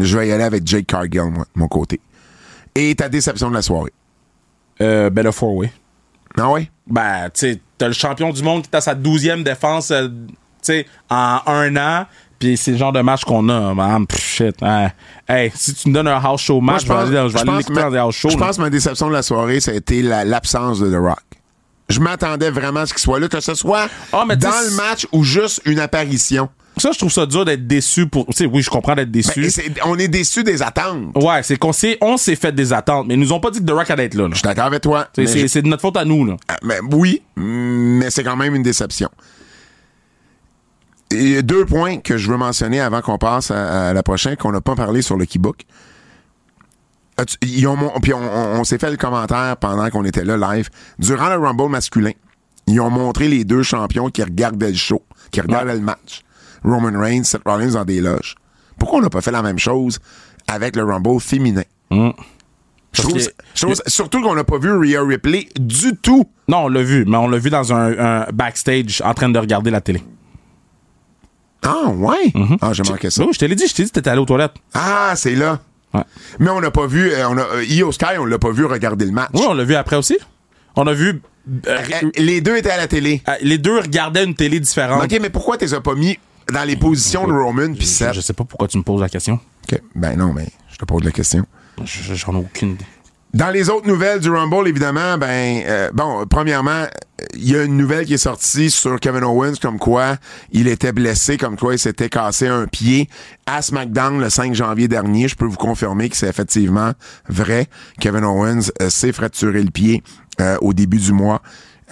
Je vais y aller avec Jake Cargill, moi, de mon côté. Et ta déception de la soirée.
Euh, ben, le Four Way.
Ah ouais?
ben, tu sais, t'as le champion du monde qui est à sa douzième défense, euh, tu sais, en un an. Puis c'est le genre de match qu'on a, man. Pff, shit. hein. Hey, si tu me donnes un house show match, je vais aller, je vais aller
pense
l'écouter
ma-
dans des house shows.
je
là.
pense que ma déception de la soirée, ça a été la- l'absence de The Rock. Je m'attendais vraiment à ce qu'il soit là, que ce soit
Ah, mais
dans
tu sais-
le match ou juste une apparition.
Ça, je trouve ça dur d'être déçu pour. Tu sais, oui, je comprends d'être
Ben,
déçu.
et c'est- on est déçus des attentes.
ouais, c'est qu'on s'est, on s'est fait des attentes, mais ils nous ont pas dit que The Rock allait être là. là.
Je suis d'accord avec toi.
C'est,
mais
c'est- c'est de notre faute à nous, là.
Ah, ben oui, mais c'est quand même une déception. Il y a deux points que je veux mentionner avant qu'on passe à, à la prochaine, qu'on n'a pas parlé sur le keybook. As-tu- ils ont mon- puis on, on- on s'est fait le commentaire pendant qu'on était là live. Durant le Rumble masculin, ils ont montré les deux champions qui regardaient le show, qui regardaient le match. Roman Reigns, Seth Rollins dans des loges. Pourquoi on n'a pas fait la même chose avec le Rumble féminin? Je
Mm. Parce
trouve,
que-
ça- je trouve ça- surtout qu'on n'a pas vu Rhea Ripley du tout.
Non, on l'a vu, mais on l'a vu dans un, un backstage en train de regarder la télé.
Ah, ouais? Ah, j'ai manqué ça.
Oui, je te l'ai dit, je t'ai dit, t'étais allé aux toilettes.
Ah, c'est là.
Ouais.
Mais on n'a pas vu, euh, on a, euh, Io Sky, on l'a pas vu regarder le match.
Oui, on l'a vu après aussi. On a vu. euh,
Euh, Les deux étaient à la télé.
Euh, Les deux regardaient une télé différente.
OK, mais pourquoi tu les as pas mis dans les positions de Roman puis
Ah. Je,
Seth?
je sais pas pourquoi tu me poses la question.
OK. Ben non, mais je te pose la question.
Je- je- J'en ai aucune idée.
Dans les autres nouvelles du Rumble, évidemment, ben euh, bon, premièrement, il y a une nouvelle qui est sortie sur Kevin Owens comme quoi il était blessé, comme quoi il s'était cassé un pied à SmackDown le 5 janvier dernier. Je peux vous confirmer que c'est effectivement vrai. Kevin Owens euh, s'est fracturé le pied euh, au début du mois.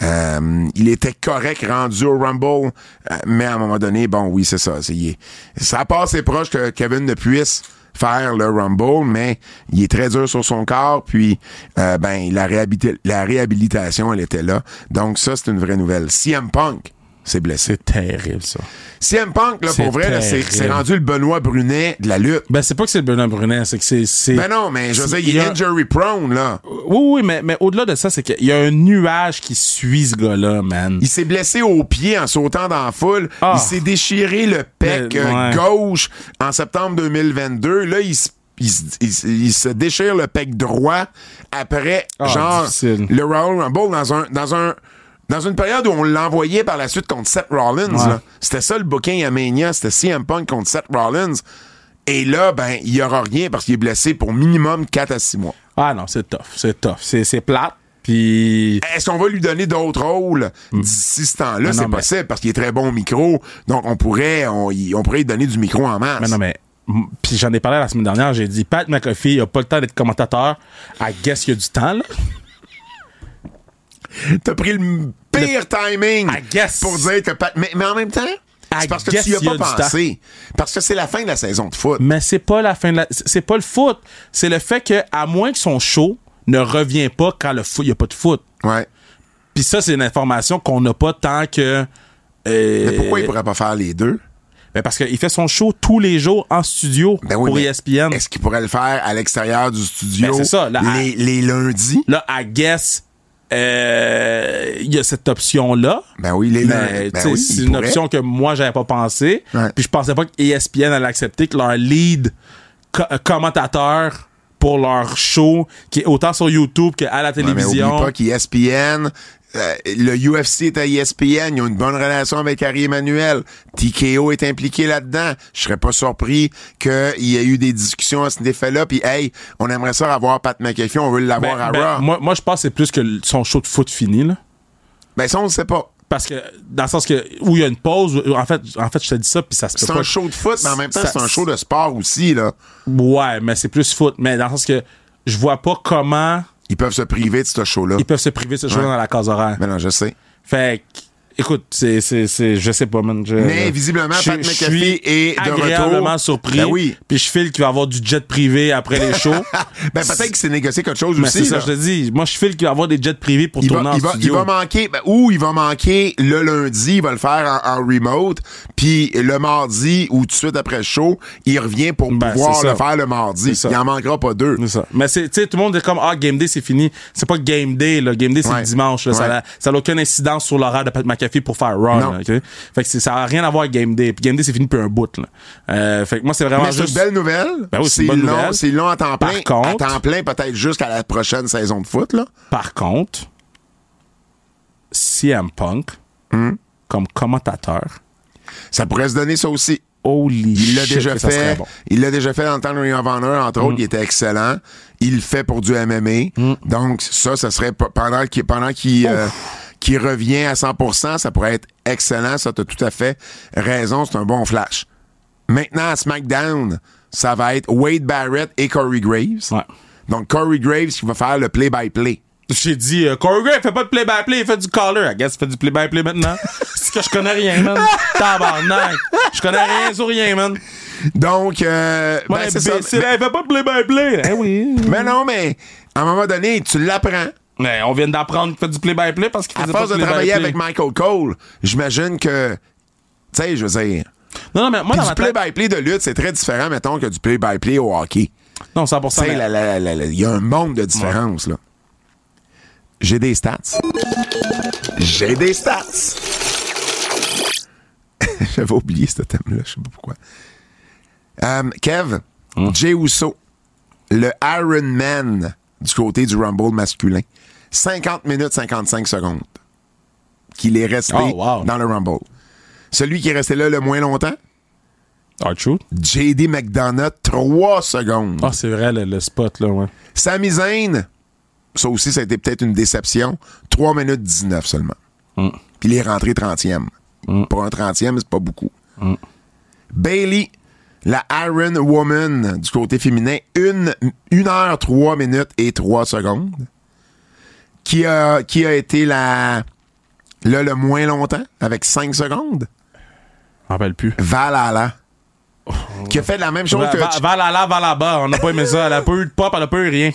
Euh, il était correct rendu au Rumble, euh, mais à un moment donné, bon, oui, c'est ça. c'est- il est- ça passe et proche que Kevin ne puisse faire le Rumble, mais il est très dur sur son corps, puis euh, ben la, réhabita- la réhabilitation, elle était là. Donc ça, c'est une vraie nouvelle. CM Punk s'est blessé.
C'est terrible, ça.
CM Punk, là,
C'est
pour vrai, là, c'est
terrible.
c'est rendu le Benoît Brunet de la lutte.
Ben, c'est pas que c'est le Benoît Brunet, c'est que c'est. c'est-
Ben non, mais je veux dire, il
y
est
a-
injury prone, là.
Oui, oui, mais, mais au-delà de ça, c'est qu'il y a un nuage qui suit ce gars-là, man.
Il s'est blessé au pied en sautant dans la foule.
Mm. Ah.
Il s'est déchiré le pec
Mais,
euh,
ouais.
gauche en septembre 2022. Là, il se il se- il se- il se déchire le pec droit après,
Ah,
genre,
difficile.
le Royal Rumble dans un, dans un, dans une période où on l'envoyait par la suite contre Seth Rollins,
Ouais.
là. C'était ça le booking à Mania. C'était CM Punk contre Seth Rollins. Et là, ben, il y aura rien parce qu'il est blessé pour minimum 4 à 6 mois.
Ah non, c'est tough, c'est tough. C'est, c'est plate, puis.
Est-ce qu'on va lui donner d'autres rôles d'ici ce temps-là?
Ah non,
C'est
mais-
possible parce qu'il est très bon au micro. Donc, on pourrait, on, y- on pourrait lui donner du micro en masse.
Mais non, mais. m- Puis j'en ai parlé la semaine dernière, j'ai dit Pat McAfee, il a pas le temps d'être commentateur. I guess qu'il y a du temps, là.
T'as pris le pire timing
I guess.
pour dire que... Pat- Mais, mais en même temps, c'est parce que
guess
tu y as
il y
pas
a du
pensé. Parce que c'est la fin de la saison de foot.
Mais c'est pas la fin de la. C'est pas le foot. C'est le fait que, à moins que son show ne revient pas quand le foot, il n'y a pas de foot.
Ouais.
Puis ça, c'est une information qu'on n'a pas tant que.
Mais pourquoi il pourrait pas faire les deux?
Ben parce qu'il fait son show tous les jours en studio
Ben oui,
pour E
mais
ESPN.
Est-ce qu'il pourrait le faire à l'extérieur du studio
Ben, c'est ça, là, à-
les, les lundis?
Là, I guess, euh, il y a cette option-là.
Ben oui, les
Mais,
lundis.
tu sais, c'est une option que moi, j'avais pas pensé.
Ouais.
Puis je pensais pas que E ESPN allait accepter que leur lead co- euh, commentateur pour leur show, qui est autant sur YouTube qu'à la
Ouais, mais
télévision.
oublie pas qu'ESPN, euh, le UFC est à E ESPN, ils ont une bonne relation avec Harry Emmanuel. TKO est impliqué là-dedans. Je serais pas surpris qu'il y ait eu des discussions à cet effet-là. Puis, hey, on aimerait ça avoir Pat McAfee, on veut
Ben,
l'avoir à
ben,
Raw.
moi, moi, je pense que c'est plus que l- son show de foot fini, là.
Ben, ça, on ne sait pas.
Parce que, dans le sens que, où il y a une pause, où- en fait, en fait, je te dis ça, puis ça se peut
C'est
pas.
un show de foot, mais en même temps,
ça-
c'est un show de sport aussi, là.
Ouais, mais c'est plus foot. Mais dans le sens que, je vois pas comment
Ils peuvent se priver de ce show-là.
ils peuvent se priver de ce show
Ouais.
dans la case horaire.
Ben non, je sais.
Fait que, écoute, c'est, c'est, c'est, je sais pas, man. Je-
Mais visiblement,
je-
Pat
je
McAfee
suis
est de
agréablement
retour.
surpris.
Ben oui.
Puis je file qu'il va y avoir du jet privé après les shows.
Ben, peut-être qu'il s'est négocié quelque chose
Mais
aussi.
Ben, c'est ça,
là.
je te dis. Moi, je file qu'il va y avoir des jets privés pour
il
tourner
va,
en
il va, il
studio.
va manquer ben, ou il va manquer le lundi, il va le faire en, en remote, puis le mardi ou tout de suite après le show, il revient pour
Ben,
pouvoir
c'est
le
ça.
faire le mardi.
C'est ça.
Il en manquera pas deux.
C'est ça. Mais c'est, tu sais, tout le monde est comme, ah, Game Day, c'est fini. C'est pas Game Day, là. Game Day, c'est
Ouais.
le dimanche, là. Ça
Ouais.
n'a ça n'a aucune incidence sur l'horaire de Pat McAfee pour faire Raw,
Non.
là, OK? Fait que c'est- ça n'a rien à voir avec Game Day. Puis Game Day, c'est fini depuis un bout, là. Euh, fait que moi, c'est vraiment
Mais c'est
juste.
une belle nouvelle.
Ben oui, c'est
c'est
une bonne
long,
nouvelle.
c'est long à temps
Par
plein.
contre-
à temps plein peut-être jusqu'à la prochaine saison de foot là.
Par contre, CM Punk,
Hmm?
comme commentateur,
Ça pourrait se donner ça aussi.
holy
Il l'a
shit
déjà
que ça serait
fait.
bon. Mm.
Il l'a déjà fait dans le temps de Ring of Honor, entre autres, il était excellent. Il le fait pour du MMA. Donc, ça, ça serait p- pendant qu'il pendant qu'il euh, qu'il revient à 100%, ça pourrait être excellent. Ça, t'as tout à fait raison. C'est un bon flash. Maintenant, à SmackDown, ça va être Wade Barrett et Corey Graves.
Ouais.
Donc, Corey Graves qui va faire le play-by-play.
J'ai dit, euh, Corey Gray, il fait pas de play-by-play, il fait du caller. I guess il fait du play-by-play maintenant. c'est que je connais rien, man. Tabarnak. Je connais rien sur rien, man.
Donc, euh,
Moi,
ben, c'est ça.
l'imbécile, hey, il fait pas de play-by-play. Eh oui.
Mais non, mais à un moment donné, tu l'apprends.
Mais on vient d'apprendre qu'il fait du play-by-play parce qu'il
À
faisait
force
pas
de
de play-by-play.
travailler avec Michael Cole, j'imagine que, tu sais, je veux dire,
Non, non, mais moi,
puis
dans
du
ma tête...
play-by-play de lutte, c'est très différent, mettons, que du play-by-play au hockey.
Non,
Tu
100%.
sais,
mais-
la- la- la- la- il y a un monde de différence, là. J'ai des stats. J'ai des stats. J'avais oublié ce thème-là, je sais pas pourquoi. Euh, Kev,
Hein?
Jay Uso, le Iron Man du côté du Rumble masculin. 50 minutes 55 secondes qu'il est resté
Oh, wow.
dans le Rumble. Celui qui est resté là le moins longtemps,
Ah, true.
JD McDonough, 3 secondes.
Ah, c'est vrai, le, le spot, là, ouais.
Sami Zayn, ça aussi, ça a été peut-être une déception. 3 minutes 19 seulement.
Mm.
Puis il est rentré 30e. Pour un 30e, c'est pas beaucoup.
Mm.
Bailey, la Iron Woman du côté féminin, 1 heure 3 minutes et 3 secondes. Qui a, qui a été la, là, le moins longtemps, avec 5 secondes?
Je m'en rappelle plus.
Valhalla. Qui a fait la même chose
Va,
que.
va, va là, là, va là-bas. On n'a pas aimé ça. Elle a pas eu de pop, elle a pas eu rien.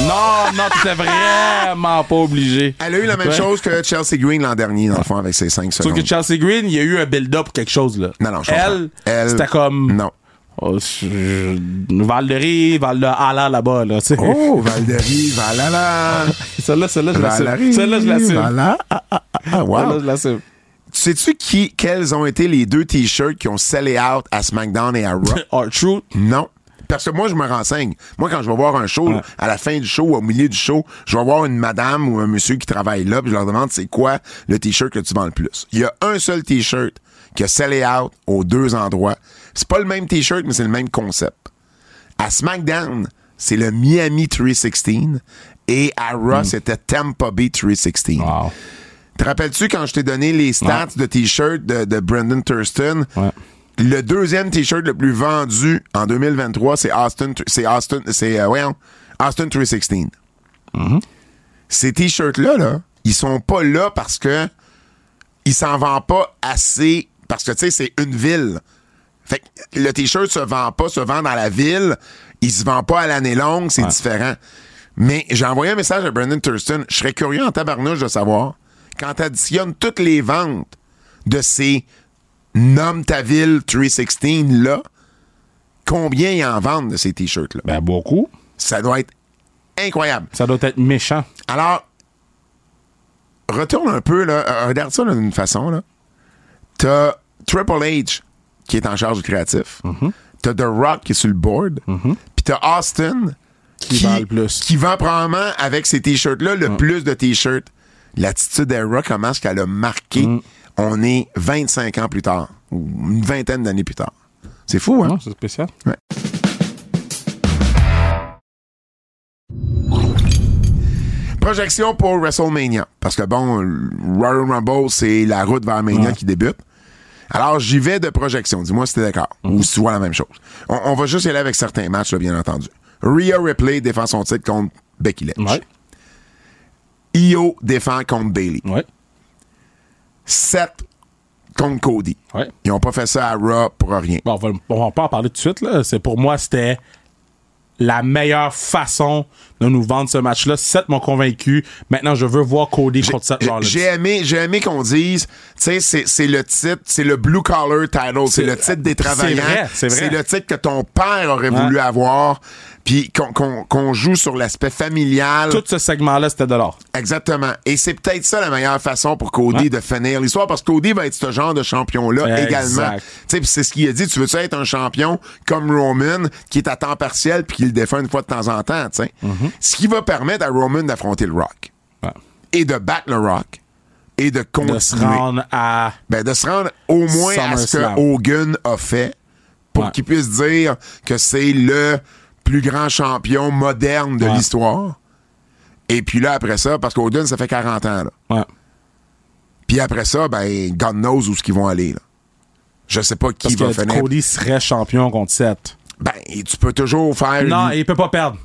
Non, non, t'étais vraiment pas obligé.
Elle a eu la même
Ouais.
chose que Chelsea Green l'an dernier, dans le fond, avec ses 5
Sauf
secondes.
que Chelsea Green, il y a eu un build-up pour quelque chose, là.
Non, non, je comprends.
Elle,
Elle-
c'était comme.
Non.
Oh, je- je- Val de Rive, Val de Hala là-bas, là, tu sais.
Oh, Valderi, Valala.
Celle-là, celle-là, je l'assume.
Valérie,
Celle-là, je l'assume.
Vala- ah, ah, ah, ah, wow.
Celle-là, je l'assume.
Tu Sais-tu qui, quels ont été les deux t-shirts qui ont sellé out à SmackDown et à Raw?
Art Truth.
non. Parce que moi, je me renseigne. Moi, quand je vais voir un show, là, à la fin du show, au milieu du show, je vais voir une madame ou un monsieur qui travaille là, puis je leur demande c'est quoi le t-shirt que tu vends le plus. Il y a un seul t-shirt qui a sellé out aux deux endroits. C'est pas le même t-shirt, mais c'est le même concept. À SmackDown, c'est le Miami 316 et à Raw, c'était Tampa Bay 316.
Wow.
Te rappelles-tu quand je t'ai donné les stats de t-shirt de, de Brendan Thurston?
Ouais.
Le deuxième t-shirt le plus vendu en 2023, c'est Austin, c'est Austin, c'est, euh, voyons, Austin 316. Ces t-shirts-là, là, ils sont pas là parce que ils s'en vendent pas assez, parce que, tu sais, c'est une ville. Fait que le t-shirt se vend pas, se vend dans la ville. Il se vend pas à l'année longue, c'est différent. Mais j'ai envoyé un message à Brendan Thurston. Je serais curieux en tabarnouche de savoir, quand tu additionnes toutes les ventes de ces Nomme ta ville 316-là, combien ils en vendent de ces t-shirts-là?
Ben, beaucoup.
Ça doit être incroyable.
Ça doit être méchant.
Alors, retourne un peu, là. euh, regarde ça là, d'une façon, là. T'as Triple H qui est en charge du créatif. T'as The Rock qui est sur le board. Puis t'as Austin qui,
vend le plus.
qui vend probablement avec ces t-shirts-là le plus de t-shirts. L'attitude d'Era, comment est-ce qu'elle a marqué? On est 25 ans plus tard, ou une vingtaine d'années plus tard. C'est fou, hein?
Non, Ah, c'est spécial.
Projection pour WrestleMania. Parce que bon, Royal Rumble, c'est la route vers Mania
Ouais.
qui débute. Alors, j'y vais de projection. Dis-moi si t'es d'accord.
Mhm.
Ou si tu vois la même chose. On, on va juste y aller avec certains matchs, là, bien entendu. Rhea Ripley défend son titre contre Becky Lynch.
Ouais.
Io défend contre Bailey.
Ouais.
Seth contre Cody.
Ouais.
Ils ont pas fait ça à Raw pour rien.
Bon, on va, on va pas en parler tout de suite, là. C'est pour moi, c'était la meilleure façon de nous vendre ce match-là. Seth m'ont convaincu. Maintenant, je veux voir Cody contre Seth
J'ai-
Rollins.
J'ai aimé, j'ai aimé qu'on dise, tu sais, c'est- c'est le titre, c'est le blue collar title, c'est
C'est-
le titre des
c'est
travailleurs,
vrai, c'est vrai.
c'est le titre que ton père aurait voulu avoir, puis qu'on qu'on- qu'on joue sur l'aspect familial.
Tout ce segment-là, c'était de l'or.
Exactement. Et c'est peut-être ça la meilleure façon pour Cody de finir l'histoire, parce que Cody va être ce genre de champion-là
Exact.
également. Tu sais, puis c'est ce qu'il a dit, tu veux-tu être un champion comme Roman, qui est à temps partiel, puis qui le défend une fois de temps en temps, tu sais.
Mm-hmm.
Ce qui va permettre à Roman d'affronter le Rock
Ouais.
et de battre le Rock et de continuer.
De se rendre à.
Ben, de se rendre au moins à ce que
SummerSlam.
Hogan a fait pour
Ouais.
qu'il puisse dire que c'est le plus grand champion moderne de
Ouais.
l'histoire. Et puis là, après ça, parce qu'Hogan, ça fait 40 ans. Là.
Ouais.
Puis après ça, ben, God knows où ce qu'ils vont aller. Là. Je sais pas qui
Parce
va
que
finir.
Cody serait champion contre Seth.
Ben, tu peux toujours faire.
Non,
une-
il peut pas perdre.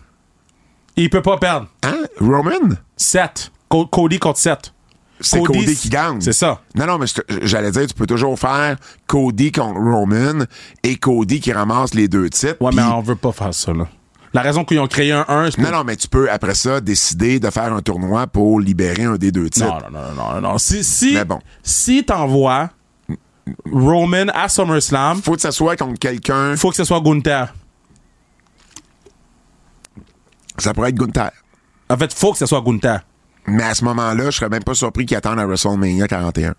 Il peut pas perdre.
Hein? Roman?
Seth. Co- Cody contre Seth.
c'est Cody,
Cody,
qui gagne.
c'est ça.
Non, non, mais je te- j'allais dire, tu peux toujours faire Cody contre Roman et Cody qui ramasse les deux titres.
Ouais,
puis-
mais on veut pas faire ça, là. La raison qu'ils ont créé un 1, c'est
Non, non, mais tu peux, après ça, décider de faire un tournoi pour libérer un des deux titres.
Non, non, non, non, non, non. Si, si,
Mais bon.
si t'envoies Roman à SummerSlam,
Faut que ça soit contre quelqu'un.
faut que ce soit Gunther.
Ça pourrait être Gunther.
En fait, faut que ce soit Gunther.
Mais à ce moment-là, je serais même pas surpris qu'ils attendent à WrestleMania 41.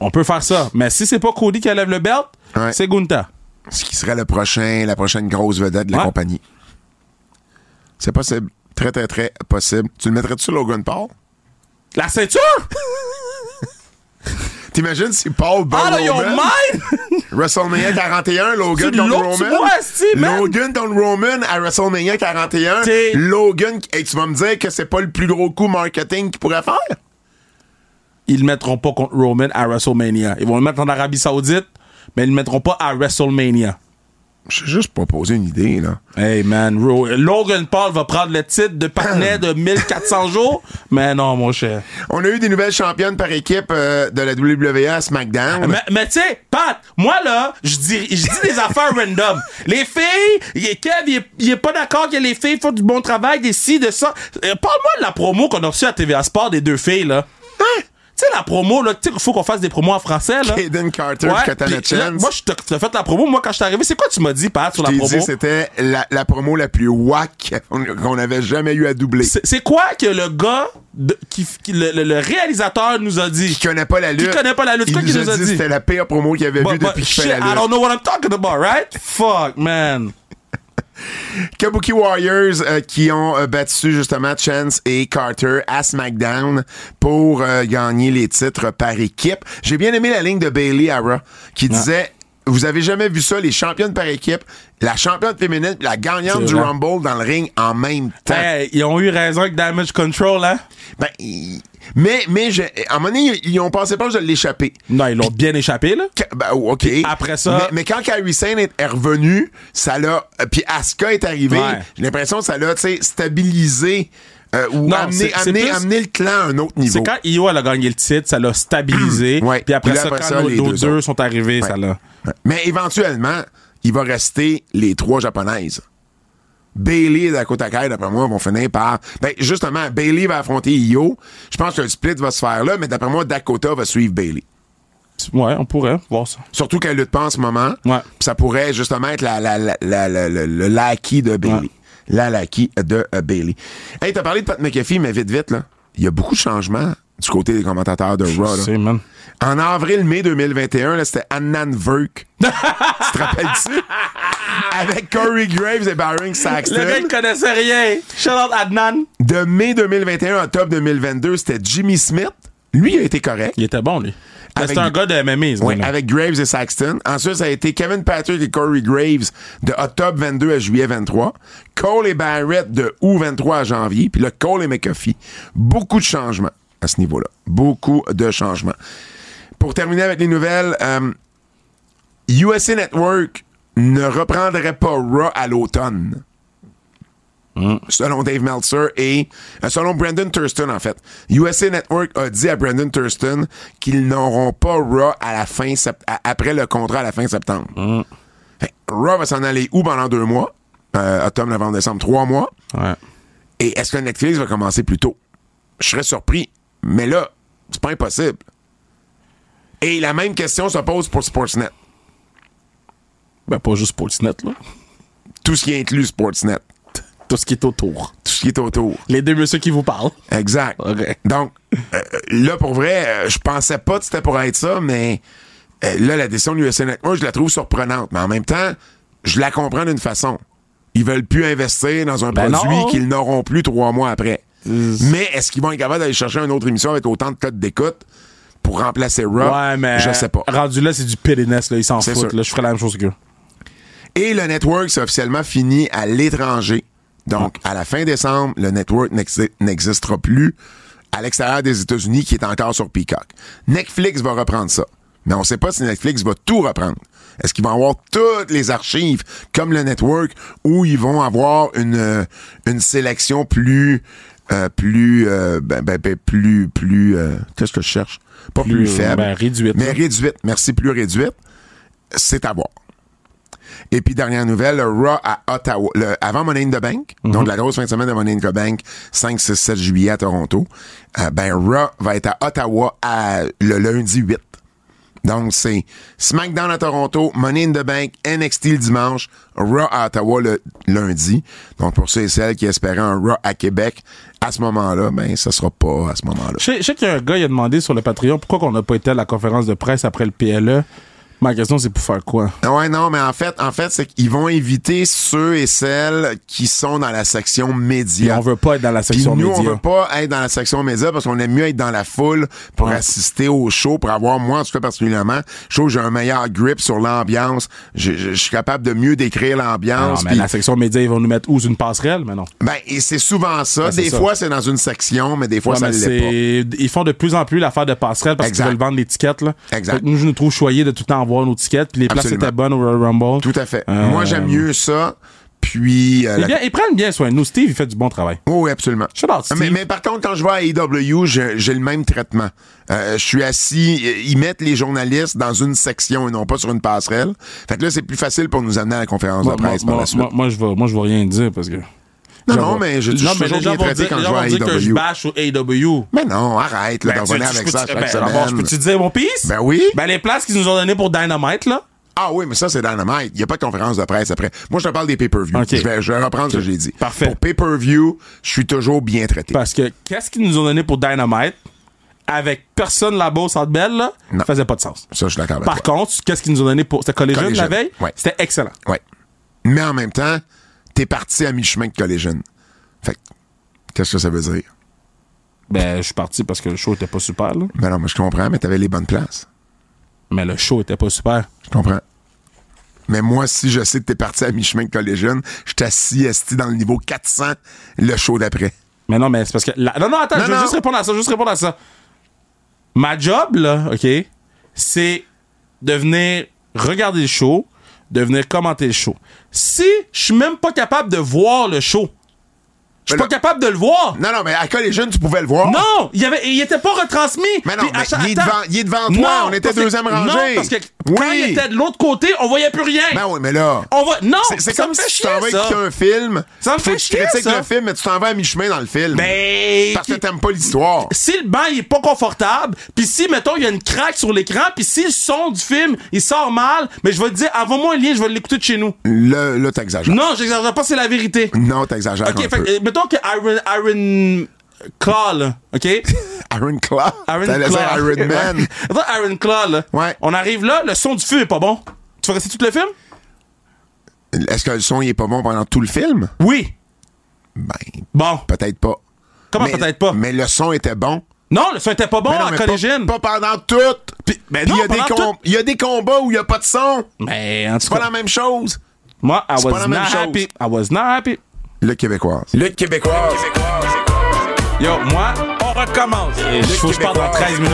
On peut faire ça. Mais si c'est pas Cody qui lève le belt,
Ouais.
c'est Gunther.
Ce qui serait le prochain, la prochaine grosse vedette de la
Ouais.
compagnie. C'est possible. Très, très, très possible. Tu le mettrais-tu sur Logan Paul?
La ceinture!
T'imagines si Paul Bon
Ah, là, ils ont
Roman-
mine!
WrestleMania 41, Logan
C'est
contre
l'autre,
Roman.
tu vois, asti, man.
Logan contre Roman à WrestleMania 41.
T'es-
Logan, et tu vas me dire que c'est pas le plus gros coup marketing qu'il pourrait faire?
ils le mettront pas contre Roman à WrestleMania. Ils vont le mettre en Arabie Saoudite, mais ils le mettront pas à WrestleMania.
Je juste proposé une idée, là.
Hey man, Ro- Logan Paul va prendre le titre de partenaire de 1400 jours, mais non mon cher.
On a eu des nouvelles championnes par équipe euh, de la WWE à SmackDown.
Ah, Mais, mais tu sais, Pat, moi là, je dis, je dis des affaires random. Les filles, il est- Kev, il est- il est pas d'accord que les filles font du bon travail, des ci, de ça. Euh, Parle-moi de la promo qu'on a reçue à TVA Sport des deux filles là. Hein? Tu sais, la promo, là, tu sais, faut qu'on fasse des promos en français, là.
Hayden Carter
Ouais,
puis Katana
puis là,
Chance.
moi, je te- t'as fait la promo. Moi, quand je suis arrivé, c'est quoi tu m'as dit, Pat, sur
Je
la
t'ai
promo?
dit, c'était la, la promo la plus whack qu'on avait jamais eu à doubler.
C'est c'est quoi que le gars, de- qui, qui- le, le- le réalisateur nous a dit?
Qui connaît pas la lutte.
connaît pas la lutte.
Il
Quoi
nous
qu'il
a
nous a
dit,
dit?
c'était la pire promo qu'il avait
Bah,
vue
bah,
depuis qu'il fait
shit,
la
I
lutte.
don't know what I'm talking about, right? Fuck, man.
Kabuki Warriors euh, qui ont euh, battu justement Chance et Carter à SmackDown pour euh, gagner les titres par équipe. J'ai bien aimé la ligne de Bailey Ara qui disait vous avez jamais vu ça les championnes par équipe, la championne féminine, puis la gagnante
C'est
du
vrai.
Rumble dans le ring en même temps.
Hey, Ben, ils ont eu raison avec Damage Control, hein?
Ben, il- mais mais je- à un moment donné, ils ils ont pensé pas de l'échapper.
Non, ils l'ont bien échappé, là.
Ca- ben, oh, OK.
après ça-
Mais, mais quand Carrie Sane est est revenue, ça l'a. euh, Puis Asuka est arrivée,
Ouais.
j'ai l'impression que ça l'a, tu sais, stabilisé euh, ou
Non,
amené,
c'est- c'est
amené,
plus-
amené le clan à un autre niveau.
C'est quand Io, elle a gagné le titre, ça l'a stabilisé.
Ouais.
Puis après
Puis là,
ça,
après
quand
ça,
nos-
les
nos
deux
deux,
autres.
sont arrivés, ça l'a.
Ouais. Mais éventuellement, il va rester les trois japonaises. Bailey et Dakota Kai, d'après moi, vont finir par. Ben, justement, Bailey va affronter Io. Je pense que le split va se faire là, mais d'après moi, Dakota va suivre Bailey.
Ouais, on pourrait voir ça.
Surtout qu'elle lutte pas en ce moment.
Ouais.
Puis Ça pourrait justement être la, la, la, la, la- la- le laquis de Bailey.
Ouais.
La laquis de euh, Bailey. Hey, t'as parlé de Pat McAfee, mais vite, vite, là. Il y a beaucoup de changements du côté des commentateurs de Raw. là.
C'est, man.
En avril-mai 2021, là, c'était Annan Verk. tu te rappelles-tu? Avec Corey Graves et Baron Saxton.
Le gars, il connaissait rien. Shout out Adnan.
De mai 2021 à octobre 2022, c'était Jimmy Smith. Lui, il a été correct.
Il était bon, lui.
Avec-
C'était un gars de MMA, ce
Ouais,
gars-là.
avec Graves et Saxton. Ensuite, ça a été Kevin Patrick et Corey Graves de octobre 22 à juillet 23. Cole et Barrett de août 23 à janvier. Puis là, Cole et McAfee. Beaucoup de changements à ce niveau-là. Beaucoup de changements. Pour terminer avec les nouvelles, euh, USA Network ne reprendrait pas Raw à l'automne. Selon Dave Meltzer et euh, selon Brandon Thurston, en fait. USA Network a dit à Brandon Thurston qu'ils n'auront pas Raw à la fin sept- à- après le contrat à la fin septembre. Fait que Raw va s'en aller où pendant deux mois? Euh, octobre, novembre, décembre, trois mois.
Ouais.
Et est-ce que Netflix va commencer plus tôt? Je serais surpris. Mais là, c'est pas impossible. Et la même question se pose pour Sportsnet.
Ben, pas juste pour le SNET, là.
Tout ce qui inclut Sportsnet.
Tout ce qui est autour.
Tout ce qui est autour.
Les deux messieurs qui vous parlent.
Exact.
Ok.
Donc, euh, là, pour vrai, euh, je pensais pas que c'était pour être ça, mais euh, là, la décision de l'USA Network, je la trouve surprenante. Mais en même temps, je la comprends d'une façon. Ils veulent plus investir dans un
Ben
produit
non.
qu'ils n'auront plus trois mois après.
Euh,
Mais est-ce qu'ils vont être capables d'aller chercher une autre émission avec autant de codes d'écoute pour remplacer Raw?
Ouais, mais.
Ah, Je sais pas.
Rendu là, c'est du périnès, là. Ils s'en
C'est
foutent,
sûr.
là. Je ferais la même chose que eux.
Et le network, c'est officiellement fini à l'étranger. Donc, à la fin décembre, le network n'exi- n'existera plus à l'extérieur des États-Unis, qui est encore sur Peacock. Netflix va reprendre ça. Mais on ne sait pas si Netflix va tout reprendre. Est-ce qu'ils vont avoir toutes les archives, comme le network, ou ils vont avoir une, euh, une sélection plus... euh, plus euh, ben, ben, ben, plus plus euh, qu'est-ce que je cherche pas plus,
Plus, euh,
faible
ben, réduite,
mais
là.
réduite merci plus réduite c'est à voir et puis, dernière nouvelle, le Raw à Ottawa. Le- avant Money in the Bank,
Mhm.
donc la grosse fin de semaine de Money in the Bank, 5, 6, 7 juillet à Toronto, euh, ben Raw va être à Ottawa à- le lundi 8. Donc, c'est SmackDown à Toronto, Money in the Bank, NXT le dimanche, Raw à Ottawa le lundi. Donc, pour ceux et celles qui espéraient un Raw à Québec, à ce moment-là, ben, ça sera pas à ce moment-là.
Je sais, je sais qu'il y a un gars, il a demandé sur le Patreon pourquoi on n'a pas été à la conférence de presse après le PLE. E. Ma question, c'est pour faire quoi?
Ah Ouais, non, mais en fait, en fait, c'est qu'ils vont éviter ceux et celles qui sont dans la section
Puis
média.
on veut pas être dans la
Puis
section
nous, on
média.
veut pas être dans la section média parce qu'on aime mieux être dans la foule pour
Ouais.
assister au show, pour avoir, moi, en tout cas, particulièrement, je trouve que j'ai un meilleur grip sur l'ambiance. Je, je- je suis capable de mieux décrire
Ah Non,
l'ambiance.
mais
puis-
la section média, ils vont nous mettre où? Sur une passerelle? Mais non.
Ben, et c'est souvent ça.
Ouais, c'est
des
ça.
fois, c'est dans une section, mais des fois,
Ouais,
ça
mais
l'est pas.
c'est- Ils font de plus en plus l'affaire de passerelle parce qu'ils
Exact.
veulent vendre l'étiquette. là.
Exact.
Fait que Nous, je nous trouve choyés de tout le temps avoir nos tickets. Puis les places
Absolument.
étaient bonnes au Royal Rumble.
Tout à fait.
Euh,
Moi, j'aime mieux ça. Puis, euh,
Ils,
la-
Eh bien- ils prennent bien soin de nous. Steve, il fait du bon travail.
Oh, oui, absolument.
Shout out, Steve.
Mais, mais par contre, quand je vais à AEW, je- j'ai le même traitement. Euh, je suis assis, euh, ils mettent les journalistes dans une section et non pas sur une passerelle. Fait que là, c'est plus facile pour nous amener à la conférence
Moi,
de presse
moi,
par la
moi,
suite.
moi, moi, je vais, moi, je vais rien dire parce que.
non,
les gens
non,
vont-
mais je, je
Non,
suis
mais les
toujours
gens
bien
vont
traité
dire,
quand
les
je
gens vont dire
vais à E
que je
AEW.
bâche sur E AW.
Mais non, arrête là, d'en venir avec ça chaque
Bon, Ben, je
semaine.
peux-tu te dire mon piece?
Ben oui.
Ben les places qu'ils nous ont données pour Dynamite, là.
Ah oui, mais ça, c'est Dynamite. Il n'y a pas de conférence de presse après. Moi, je te parle des pay-per-view.
Ok.
Je, vais, je vais reprendre ce que j'ai dit.
Parfait.
Pour pay-per-view, je suis toujours bien traité.
Parce que qu'est-ce qu'ils nous ont donné pour Dynamite avec personne là-bas au Centre Bell, là,
Non.
faisait pas de sens.
Ça, je suis d'accord avec
Par
toi.
contre, qu'est-ce qu'ils nous ont donné pour. C'était Collegium la
Collegium,
veille?
ouais.
C'était excellent.
Ouais. Mais en même temps, t'es parti à mi-chemin de Collision. Fait que, qu'est-ce que ça veut dire?
Ben, je suis parti parce que le show était pas super, là.
Ben non, mais je comprends, mais t'avais les bonnes places.
Mais le show était pas super.
Je comprends. Mais moi, si je sais que t'es parti à mi-chemin de Collision, je t'assis esti dans le niveau 400 le show d'après.
Mais non, mais c'est parce que. la- Non, non, attends,
Non,
je veux
non.
juste répondre à ça, je veux juste répondre à ça. Ma job, là, OK, c'est de venir regarder le show, de venir commenter le show. Si je suis même pas capable de voir le show, je suis
Mais
pas capable de le voir.
Non, non, mais à Collision, tu pouvais le voir.
Non, il avait, il était pas retransmis.
Mais non,
Puis à
mais
chaque-
il est
attends.
devant- il est devant toi, on était
parce que-
deuxième
Non,
rangée.
parce que
Oui.
quand il était de l'autre côté, on voyait plus rien.
Ben oui, mais là.
on va, non,
C'est, c'est
Oh, ça
comme
me fait
si tu
chier,
t'en vas
ça.
écouter un film.
Ça me
faut
fait
que tu
chier,
critiques
ça.
le film, mais tu t'en vas à mi-chemin dans le film.
Ben,
Parce que t'aimes pas l'histoire.
si le banc il est pas confortable, puis si mettons il y a une craque sur l'écran, puis si le son du film il sort mal, mais je vais te dire envoie-moi un lien, je vais l'écouter de chez nous.
Là, là t'exagères.
Non, j'exagère pas, c'est la vérité.
Non, t'exagères.
OK,
un
fait
peu.
que, euh, mettons que Iron Iron Claw là, OK
Iron Claw.
Iron
T'allais dire
Claw.
Iron Man.
Ouais. Attends, Iron Claw là.
Ouais.
On arrive là, le son du film est pas bon. Tu vas rester tout le film
Est-ce que le son il est pas bon pendant tout le film?
Oui.
Ben,
Bon,
peut-être pas.
comment
Mais-
peut-être pas
Mais le son était bon.
Non, le son était pas bon
Mais non,
à
mais
Collégienne.
Pas, pas pendant tout.
Puis- ben
Puis
non,
il y a des
pendant
com- il y a des combats où il n'y a pas de son.
Mais en tout
Pas
cas,
la même chose.
moi I
c'est pas
was
la
not
même chose.
happy. I was not happy.
Le Québécois. Le Québécois.
Yo, moi, on recommence. Il faut que je parle dans 13 minutes.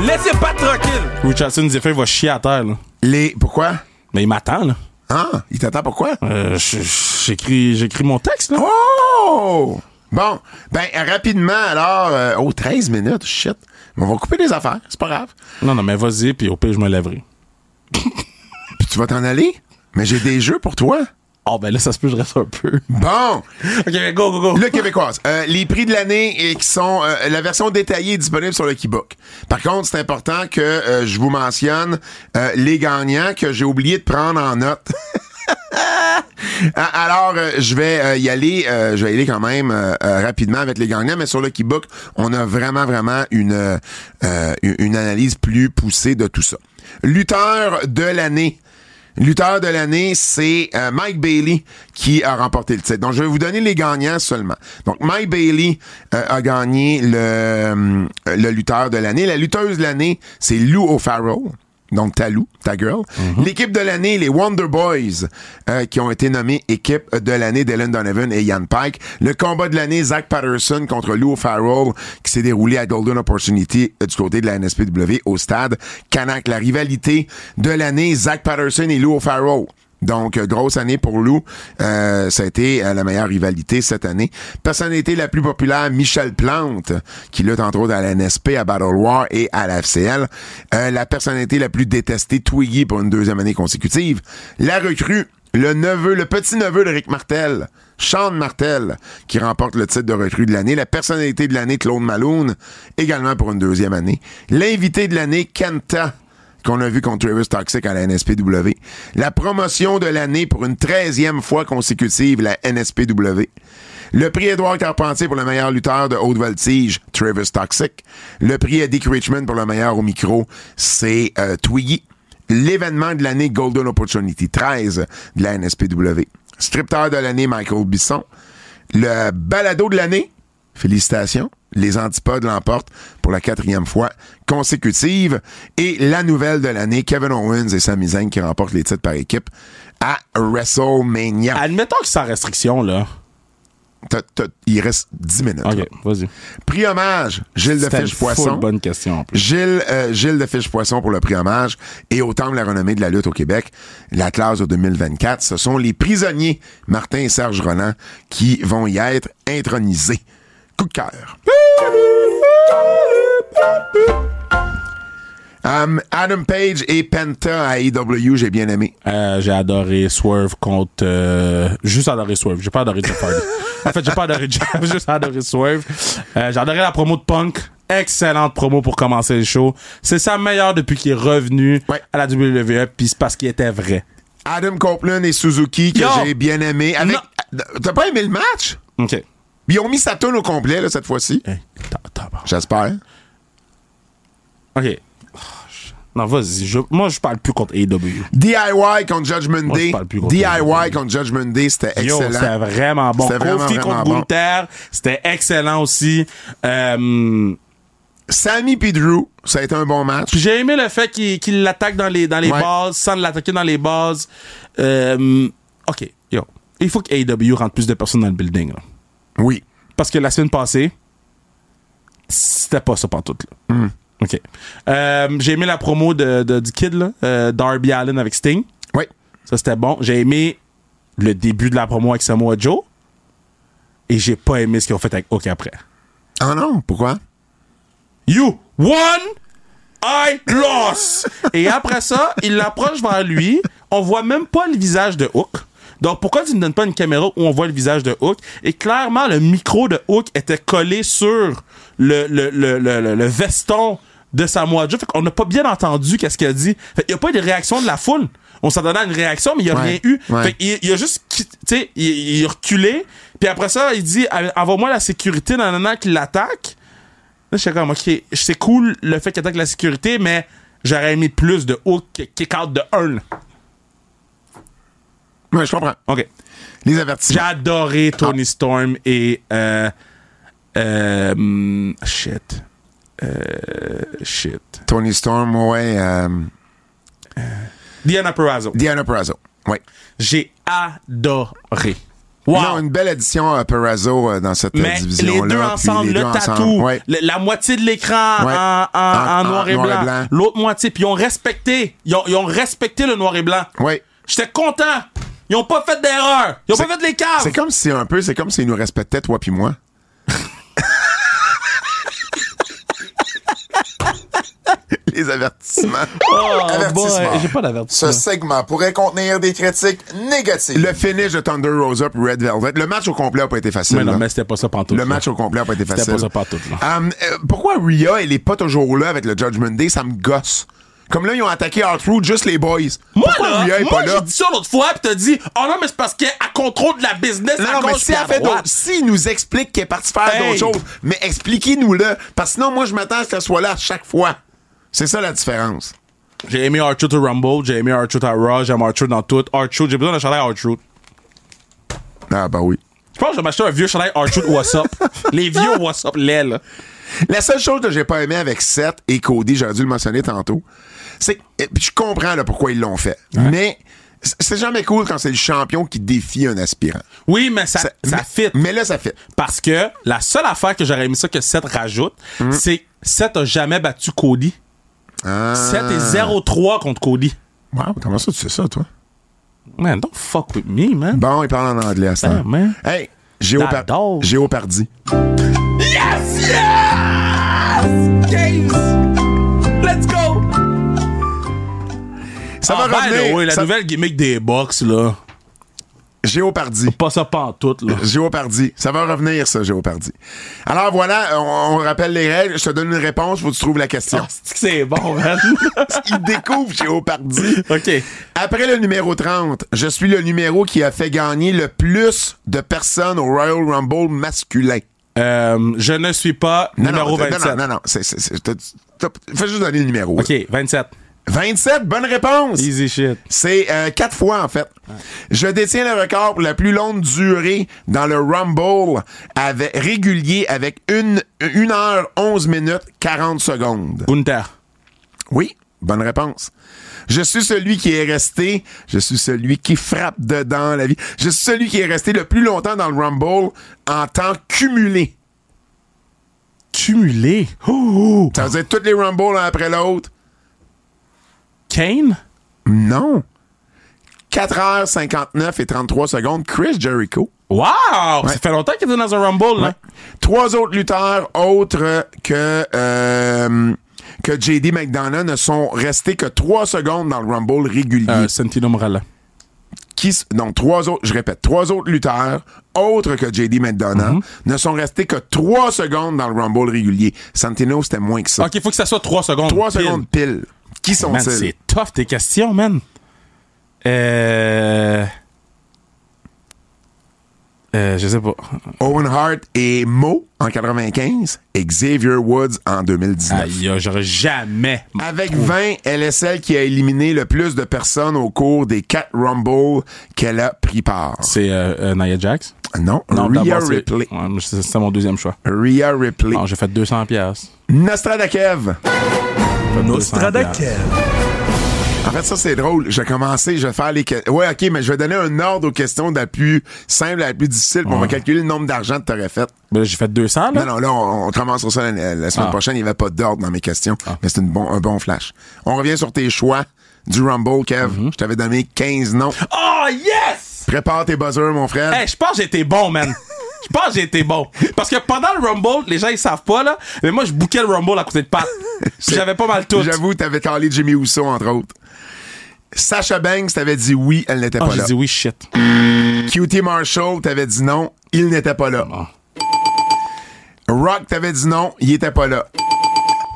Laissez pas tranquille. Richardson, des fois, il va chier à terre, là.
Les. Pourquoi?
Mais il m'attend, là.
Hein? Il t'attend pourquoi?
Euh, je- je- J'écris j'écris mon texte, là.
Oh! Bon, ben rapidement alors, euh, oh 13 minutes, shit. On va couper des affaires, c'est pas grave.
Non, non, mais vas-y, puis au pire, je me lèverai.
Puis tu vas t'en aller? Mais j'ai des jeux pour toi.
Oh, ben là, ça se peut, je reste un peu.
Bon,
OK, go, go, go.
le québécoise. Euh, les prix de l'année et qui sont euh, la version détaillée est disponible sur le Keybook. Par contre, c'est important que euh, je vous mentionne euh, les gagnants que j'ai oublié de prendre en note. Ah, Alors, euh, je vais euh, y aller, euh, je vais y aller quand même euh, euh, rapidement avec les gagnants, mais sur le Keybook, on a vraiment, vraiment une, euh, euh, une analyse plus poussée de tout ça. Lutteur de l'année. Lutteur de l'année, c'est euh, Mike Bailey qui a remporté le titre. Donc, je vais vous donner les gagnants seulement. Donc, Mike Bailey euh, a gagné le, euh, le lutteur de l'année. La lutteuse de l'année, c'est Lou O'Farrell. Donc, ta Lou, ta girl. L'équipe de l'année, les Wonder Boys, euh, qui ont été nommés équipe de l'année d'Ellen Donovan et Ian Pike. Le combat de l'année, Zach Patterson contre Lou Farrell, qui s'est déroulé à Golden Opportunity euh, du côté de la NSPW au stade Canac. La rivalité de l'année, Zach Patterson et Lou Farrell. Donc, euh, grosse année pour Lou. Euh, ça a été euh, la meilleure rivalité cette année. Personnalité la plus populaire, Michel Plante, qui lutte entre autres à la NSP, à Battle War et à la FCL. Euh, la personnalité la plus détestée, Twiggy, pour une deuxième année consécutive. La recrue, le neveu, le petit-neveu de Rick Martel, Sean Martel, qui remporte le titre de recrue de l'année. La personnalité de l'année, Claude Malone, également pour une deuxième année. L'invité de l'année, Kenta, qu'on a vu contre Travis Toxic à la NSPW. La promotion de l'année pour une 13e fois consécutive, la NSPW. Le prix Édouard Carpentier pour le meilleur lutteur de haute voltige, Travis Toxic. Le prix Eddie Richmond pour le meilleur au micro, c'est euh, Twiggy. L'événement de l'année Golden Opportunity 13 de la NSPW. Stripteur de l'année, Michael Bisson. Le balado de l'année, félicitations. Les antipodes l'emportent pour la quatrième fois consécutive. Et la nouvelle de l'année, Kevin Owens et Sami Zayn qui remportent les titres par équipe à WrestleMania.
Admettons que c'est sans restriction, là.
T'as- t'as- il reste 10 minutes. là.
OK, vas-y.
Prix hommage, Gilles de
C'était une full
Fiche-Poisson.
bonne question, en plus.
Gilles, euh, Gilles de Fiche-Poisson pour le prix hommage et au Temple de la renommée de la lutte au Québec, la classe de 2024. Ce sont les prisonniers Martin et Serge Ronan qui vont y être intronisés. Coup de cœur. Um, Adam Page et Penta à AEW, j'ai bien aimé.
Euh, j'ai adoré Swerve contre... euh, juste adoré Swerve. J'ai pas adoré Jeff Hardy. en fait, j'ai pas adoré Jeff, j'ai juste adoré Swerve. Euh, j'ai adoré la promo de Punk. Excellente promo pour commencer le show. C'est sa meilleure depuis qu'il est revenu
Ouais.
à la WWE, puis c'est parce qu'il était vrai.
Adam Copeland et Suzuki que
Yo!
j'ai bien aimé. Avec... euh, T'as pas aimé le match?
OK.
Ils ont mis sa toune au complet là, cette fois-ci.
Hey, t'as- t'as pas-
J'espère.
OK. Oh, je- Non, vas-y. je- moi, je parle plus contre AEW.
DIY contre Judgment
Moi, je
Day.
parle plus gros
DIY contre Judgment Day, c'était
Yo,
excellent.
c'était vraiment bon.
C'était vraiment,
Kofi
vraiment
contre
bon.
Gunther, c'était excellent aussi. Euh,
Sammy puis Drew, ça a été un bon match.
puis j'ai aimé le fait qu'il qu'il l'attaque dans les, dans les
Ouais.
bases, sans l'attaquer dans les bases. Euh, OK, yo. Il faut que AEW rentre plus de personnes dans le building. là.
Oui.
Parce que la semaine passée, c'était pas ça partout. Là. OK. Euh, j'ai aimé la promo de, de- du kid, là, euh, Darby Allen avec Sting.
Oui.
Ça, c'était bon. J'ai aimé le début de la promo avec Samoa Joe. Et j'ai pas aimé ce qu'ils ont fait avec Hook après.
Ah non, pourquoi?
You won, I lost. Et après ça, il l'approche vers lui. On voit même pas le visage de Hook. Donc pourquoi tu ne donnes pas une caméra où on voit le visage de Hook Et clairement, le micro de Hook était collé sur le, le, le, le, le- le veston de Samoa Joe. Fait qu'on n'a pas bien entendu qu'est-ce qu'il a dit. Fait qu'il n'y a pas eu de réaction de la foule. On s'attendait à une réaction, mais il n'y a
Ouais,
rien eu.
ouais.
Fait qu'il il a juste, qui- tu sais, il, il a reculé. Puis après ça, il dit, envoie-moi la sécurité, nanana, qui l'attaque. Là, j'étais comme, OK, c'est cool le fait qu'il attaque la sécurité, mais j'aurais aimé plus de hook kick-out de 1.
Oui, je comprends.
OK.
Les
J'ai
avertissements.
adoré
Ah.
Tony Storm et... Euh, euh, hmm, shit. Euh, shit.
Tony Storm, ouais. Euh,
Diana Perrazzo.
Diana Perazzo. Oui.
J'ai adoré. Wow.
Non, une belle édition à Perazzo euh, dans cette euh,
mais les
division-là.
deux
puis
ensemble,
les
le
deux
tatou,
ensemble. Ouais.
le- la moitié de l'écran
Ouais.
en, en-
En-
en noir, et blanc, l'autre moitié, puis ils ont respecté, ils ont, ils ont respecté le noir et blanc.
Ouais.
J'étais content. Ils ont pas fait d'erreur. Ils ont
C'est-
pas fait de l'écart.
C'est comme si un peu, c'est comme s'ils nous respectaient, toi puis moi. Les avertissements. Ah, Avertissement.
Oh, J'ai pas
Ce
d'avertissement.
segment pourrait contenir des critiques négatives.
Le finish de Thunder Rosa pour Red Velvet. Le match au complet n'a pas été facile.
Mais non,
là.
mais c'était pas ça pantoute.
le
là.
match au complet n'a pas été
C'était
facile.
pas ça pantoute, là.
Um, euh, pourquoi Rhea, elle est pas toujours là avec le Judgment Day? Ça me gosse. Comme là, ils ont attaqué Art Root, juste les boys.
Moi,
pourquoi
là,
Rhea est
moi,
pas
j'ai
là?
dit ça l'autre fois, pis t'as dit, oh non, mais c'est parce qu'elle contrôle de la business
Non,
à
non, mais
gauche
si
pis à
elle fait
droite.
d'autres, s'il nous explique qu'elle est partie faire
Hey!
d'autres choses, mais expliquez-nous-le. Parce que sinon, moi, je m'attends à ce qu'elle soit là à chaque fois. C'est ça la différence.
J'ai aimé Arthur to Rumble, j'ai aimé Arthur to Raw, j'aime Arthur dans tout. Arthur, j'ai besoin d'un chandail Arthur.
Ah, bah oui.
Je pense que je vais m'acheter un vieux chandail Arthur What's Up. Les vieux What's Up, les, là.
La seule chose que j'ai pas aimé avec Seth et Cody, j'aurais dû le mentionner tantôt, c'est que et puis je comprends là, pourquoi ils l'ont fait. Mais c- c'est jamais cool quand c'est le champion qui défie un aspirant.
Oui, mais ça, ça
mais,
fit.
Mais là, ça fit.
Parce que la seule affaire que j'aurais aimé ça que Seth rajoute,
Mm.
c'est que Seth a jamais battu Cody.
Ah.
Seth est 0-3 contre Cody.
Wow, comment ça tu sais ça, toi?
Man, don't fuck with me, man.
Bon, il parle en anglais à ce temps.
Ben, man.
Hey, Géo Par-
J'adore.
Géo Pardi.
Yes, yes! Games! Let's go!
Ça
Ah,
va
ben,
revenir.
Ah, là, ouais, ben, la
ça-
nouvelle gimmick des box, là.
Géopardy.
Pas ça pantoute, là.
Géopardy. Ça va revenir, ça, Géopardy. Alors voilà, on, on rappelle les règles. Je te donne une réponse, faut que tu trouves la question.
C'est que c'est bon, man.
Il découvre Géopardy.
OK.
Après le numéro 30, je suis le numéro qui a fait gagner le plus de personnes au Royal Rumble masculin.
Euh, je ne suis pas
Non,
numéro
non, non, Non,
27.
non, non. c'est- c'est- c'est- t'as- t'as- Fais juste donner le numéro. là.
OK, 27.
27, bonne réponse.
Easy shit.
C'est euh, quatre fois, en fait. Je détiens le record pour la plus longue durée dans le Rumble avec, régulier avec une, une heure 11 minutes 40 secondes.
Gunther.
Oui, bonne réponse. Je suis celui qui est resté, je suis celui qui frappe dedans la vie. Je suis celui qui est resté le plus longtemps dans le Rumble en temps cumulé.
Cumulé. Oh, oh.
Ça veut dire tous les Rumbles l'un après l'autre.
Kane?
Non. 4h59 et 33 secondes, Chris Jericho.
Wow! Ça fait longtemps qu'il était dans un Rumble, là.
Trois autres lutteurs autres que, euh, que JD McDonough ne sont restés que trois secondes dans le Rumble régulier.
Euh, Santino Morella.
Qui s- donc, trois autres, je répète, trois autres lutteurs autres que JD McDonough
Mhm.
ne sont restés que trois secondes dans le Rumble régulier. Santino, c'était moins que ça.
OK, faut que ça soit 3 secondes.
Trois
pile.
secondes pile. Qui
Man, c'est
sont-ils?
tough tes questions, man. Euh... Euh, je sais pas.
Owen Hart et Mo en 95, et Xavier Woods en 2019.
Aïe, euh, j'aurais jamais.
Avec 20, elle est celle qui a éliminé le plus de personnes au cours des quatre Rumble qu'elle a pris part.
C'est euh, euh, Nia Jax?
Non, Rhea
d'abord, c'est-
Ripley.
Ouais, mais c'est c'est mon deuxième choix.
Rhea Ripley.
Non, j'ai fait 200 pièces.
Nostradakev.
Ah,
Nostradakev.
En fait, ça, c'est drôle. Je vais commencer, je vais faire les questions. Ouais, OK, mais je vais donner un ordre aux questions de la plus simple à la plus difficile. puis On va
Ouais.
calculer le nombre d'argent que t'aurais fait.
Ben là, j'ai fait 200, là.
Non, non, là, on, on commence sur ça la, la semaine
Ah.
prochaine. Il n'y avait pas d'ordre dans mes questions. Mais c'est une bon, un bon flash. On revient sur tes choix du Rumble, Kev.
Mm-hmm.
Je t'avais donné 15 noms.
Oh, yes!
Prépare tes buzzers, mon frère.
Hey, je pense que j'ai été bon, man. Je pense que j'ai été bon. Parce que pendant le Rumble, les gens, ils savent pas, là. Mais moi, je bouquais le Rumble à côté de Pat. Puis J'avais pas mal tout.
J'avoue, t'avais calé Jimmy Uso, entre autres. Sacha Banks, t'avais dit oui, elle n'était
Ah,
pas
j'ai
là. Mm.
dit oui, shit.
QT Marshall, t'avais dit non, il n'était pas là.
Ah.
Rock, t'avais dit non, il était pas là.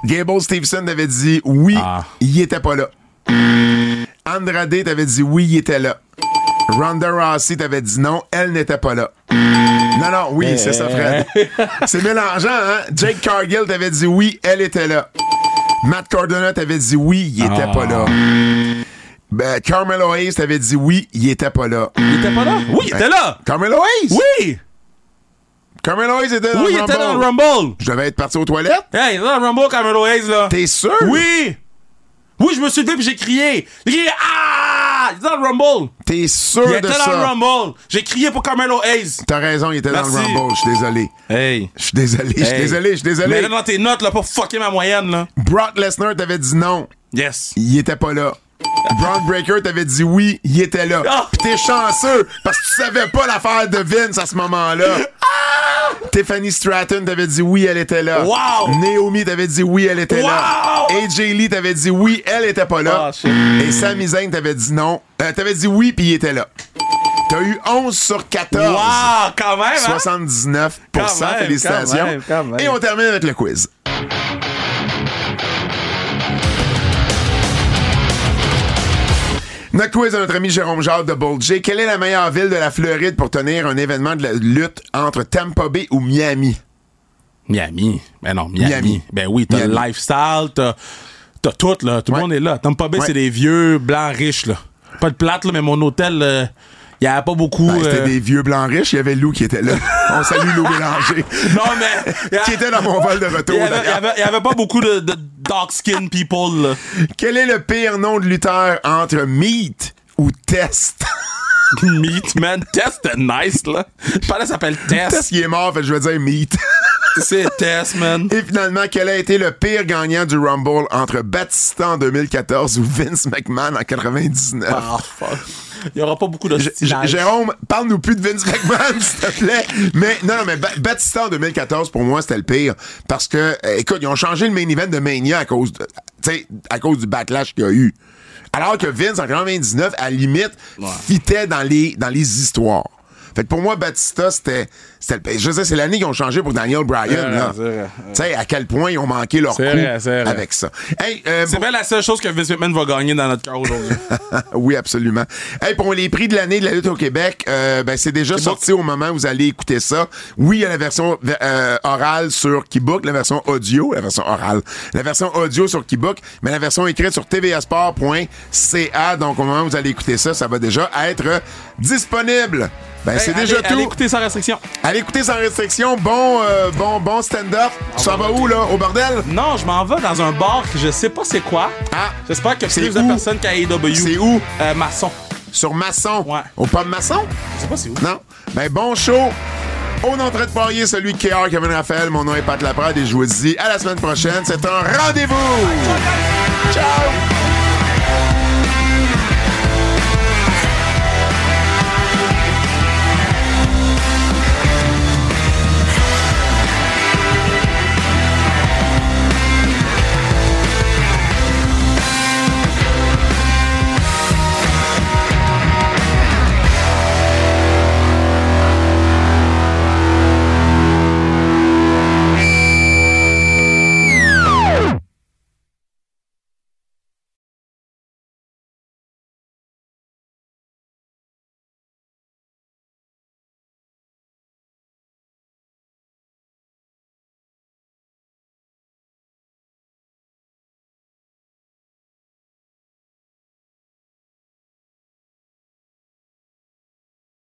Gable Stevenson, t'avais dit oui,
Ah.
il était pas là. Andrade, t'avais dit oui, il était là. Ronda Rossi, t'avais dit non, elle n'était pas là. Non, non, oui, c'est ça, Fred. c'est mélangeant, hein? Jake Cargill, t'avais dit oui, elle était là. Matt Cardona, t'avais dit oui, il était
Ah.
pas là. Ben, Carmelo Hayes, t'avais dit oui, il était pas là.
Il était pas là? Oui, il était là!
Carmelo Hayes!
Oui!
Carmelo Hayes était dans
Oui,
le
il était dans
Rumble.
le Rumble!
Je devais être parti aux toilettes?
Hey, il était dans le Rumble, Camero Hayes, là.
T'es sûr?
Oui! Oui, je me suis levé puis j'ai crié. J'ai crié, ah! Il était dans le Rumble!
T'es sûr
Il
de
était
ça?
dans le Rumble! J'ai crié pour Carmelo Hayes!
T'as raison, il était dans le
Merci.
Rumble. Oh, Je suis désolé.
Hey!
Je suis désolé, je suis
Hey.
désolé, je suis
Mais
désolé.
là, dans tes notes, là, pour fucker ma moyenne, là.
Brock Lesnar t'avait dit non,
Yes.
il était pas là. Brock Breaker t'avait dit oui, il était là.
Ah.
Pis t'es chanceux parce que tu savais pas l'affaire de Vince à ce moment-là. Tiffany Stratton t'avait dit oui, elle était là.
Ah! Wow.
Naomi t'avait dit oui, elle était là.
Wow.
AJ Lee t'avait dit oui, elle était pas là.
Ah, shit.
Et Sami Zayn t'avait dit non. Euh, t'avais dit oui, puis il était là. T'as eu 11 sur 14.
Wow, quand même, hein?
79
Quand même,
félicitations.
quand même, quand même.
Et on termine avec le quiz. Notre quiz de notre ami Jérôme Jard de Bold J. Quelle est la meilleure ville de la Floride pour tenir un événement de la lutte entre Tampa Bay ou Miami?
Miami. Ben non, Miami.
Miami.
Ben oui, t'as le
Miami.
lifestyle, t'as, t'as tout, là. Tout le
Ouais.
monde est là. Tampa Bay,
Ouais.
c'est des vieux blancs riches, là. Pas de plate, là, mais mon hôtel, euh, y avait pas beaucoup.
Ben, C'était
euh,
des vieux blancs riches. Il y avait Lou qui était là. on salue Lou Bélanger.
Non, mais. y a-
qui était dans mon vol de retour.
y avait, y
d'ailleurs.
avait- y avait pas beaucoup de, de dark skin people, là.
Quel est le pire nom de lutteur entre Meat ou Test?
Meat, man. Test, c'était nice, là. Je parlais, ça s'appelle
Test,
Test.
il est mort, fait que je veux dire Meat.
c'est Test, man.
Et finalement, quel a été le pire gagnant du Rumble entre Batista en 2014 ou Vince McMahon en 99?
Ah, fuck. Il y aura pas beaucoup de
J- J-
stylage.
Jérôme, parle-nous plus de Vince McMahon, s'il te plaît. Mais non, non, mais Ba- Batista en 2014, pour moi, c'était le pire. Parce que, euh, écoute, ils ont changé le main event de Mania à cause de. tu tu sais, à cause du backlash qu'il y a eu. Alors que Vince, en 99, à la limite, fitait dans les, dans les histoires. Fait que pour moi, Batista, c'était. c'était le- Je sais, c'est l'année qu'ils ont changé pour Daniel Bryan.
C'est vrai,
là.
c'est vrai.
Tu sais, à quel point ils ont manqué leur coup
C'est vrai, c'est vrai.
avec ça. Hey, euh,
C'est bien la seule chose que Vince McMahon va gagner dans notre cœur aujourd'hui.
oui, absolument. Hey, pour les prix de l'année de la lutte au Québec, euh, ben, c'est déjà sorti au moment où vous allez écouter ça. Oui, il y a la version euh, orale sur Keybook, la version audio, la version orale, la version audio sur Keybook, mais la version écrite sur tvasport.ca. Donc, au moment où vous allez écouter ça, ça va déjà être disponible. Ben, c'est
Hey,
déjà
allez-
tout.
Allez écouter sans restriction.
Allez écouter sans restriction. Bon, euh, bon, bon stand-up.
Ah,
Tu s'en vas où, là? Au bordel?
Non, je m'en vais dans un bar que je sais pas c'est quoi.
Ah.
J'espère que
C'est
plus
où?
de personnes qu'à AEW.
C'est où?
Euh, maçon.
Sur Masson.
Ouais.
Au pub Masson?
Je sais pas c'est où.
Non? Ben, bon show. On est en train de parier celui de KR, Kevin Raphaël. Mon nom est Pat Laprade et je vous dis à la semaine prochaine. C'est un rendez-vous!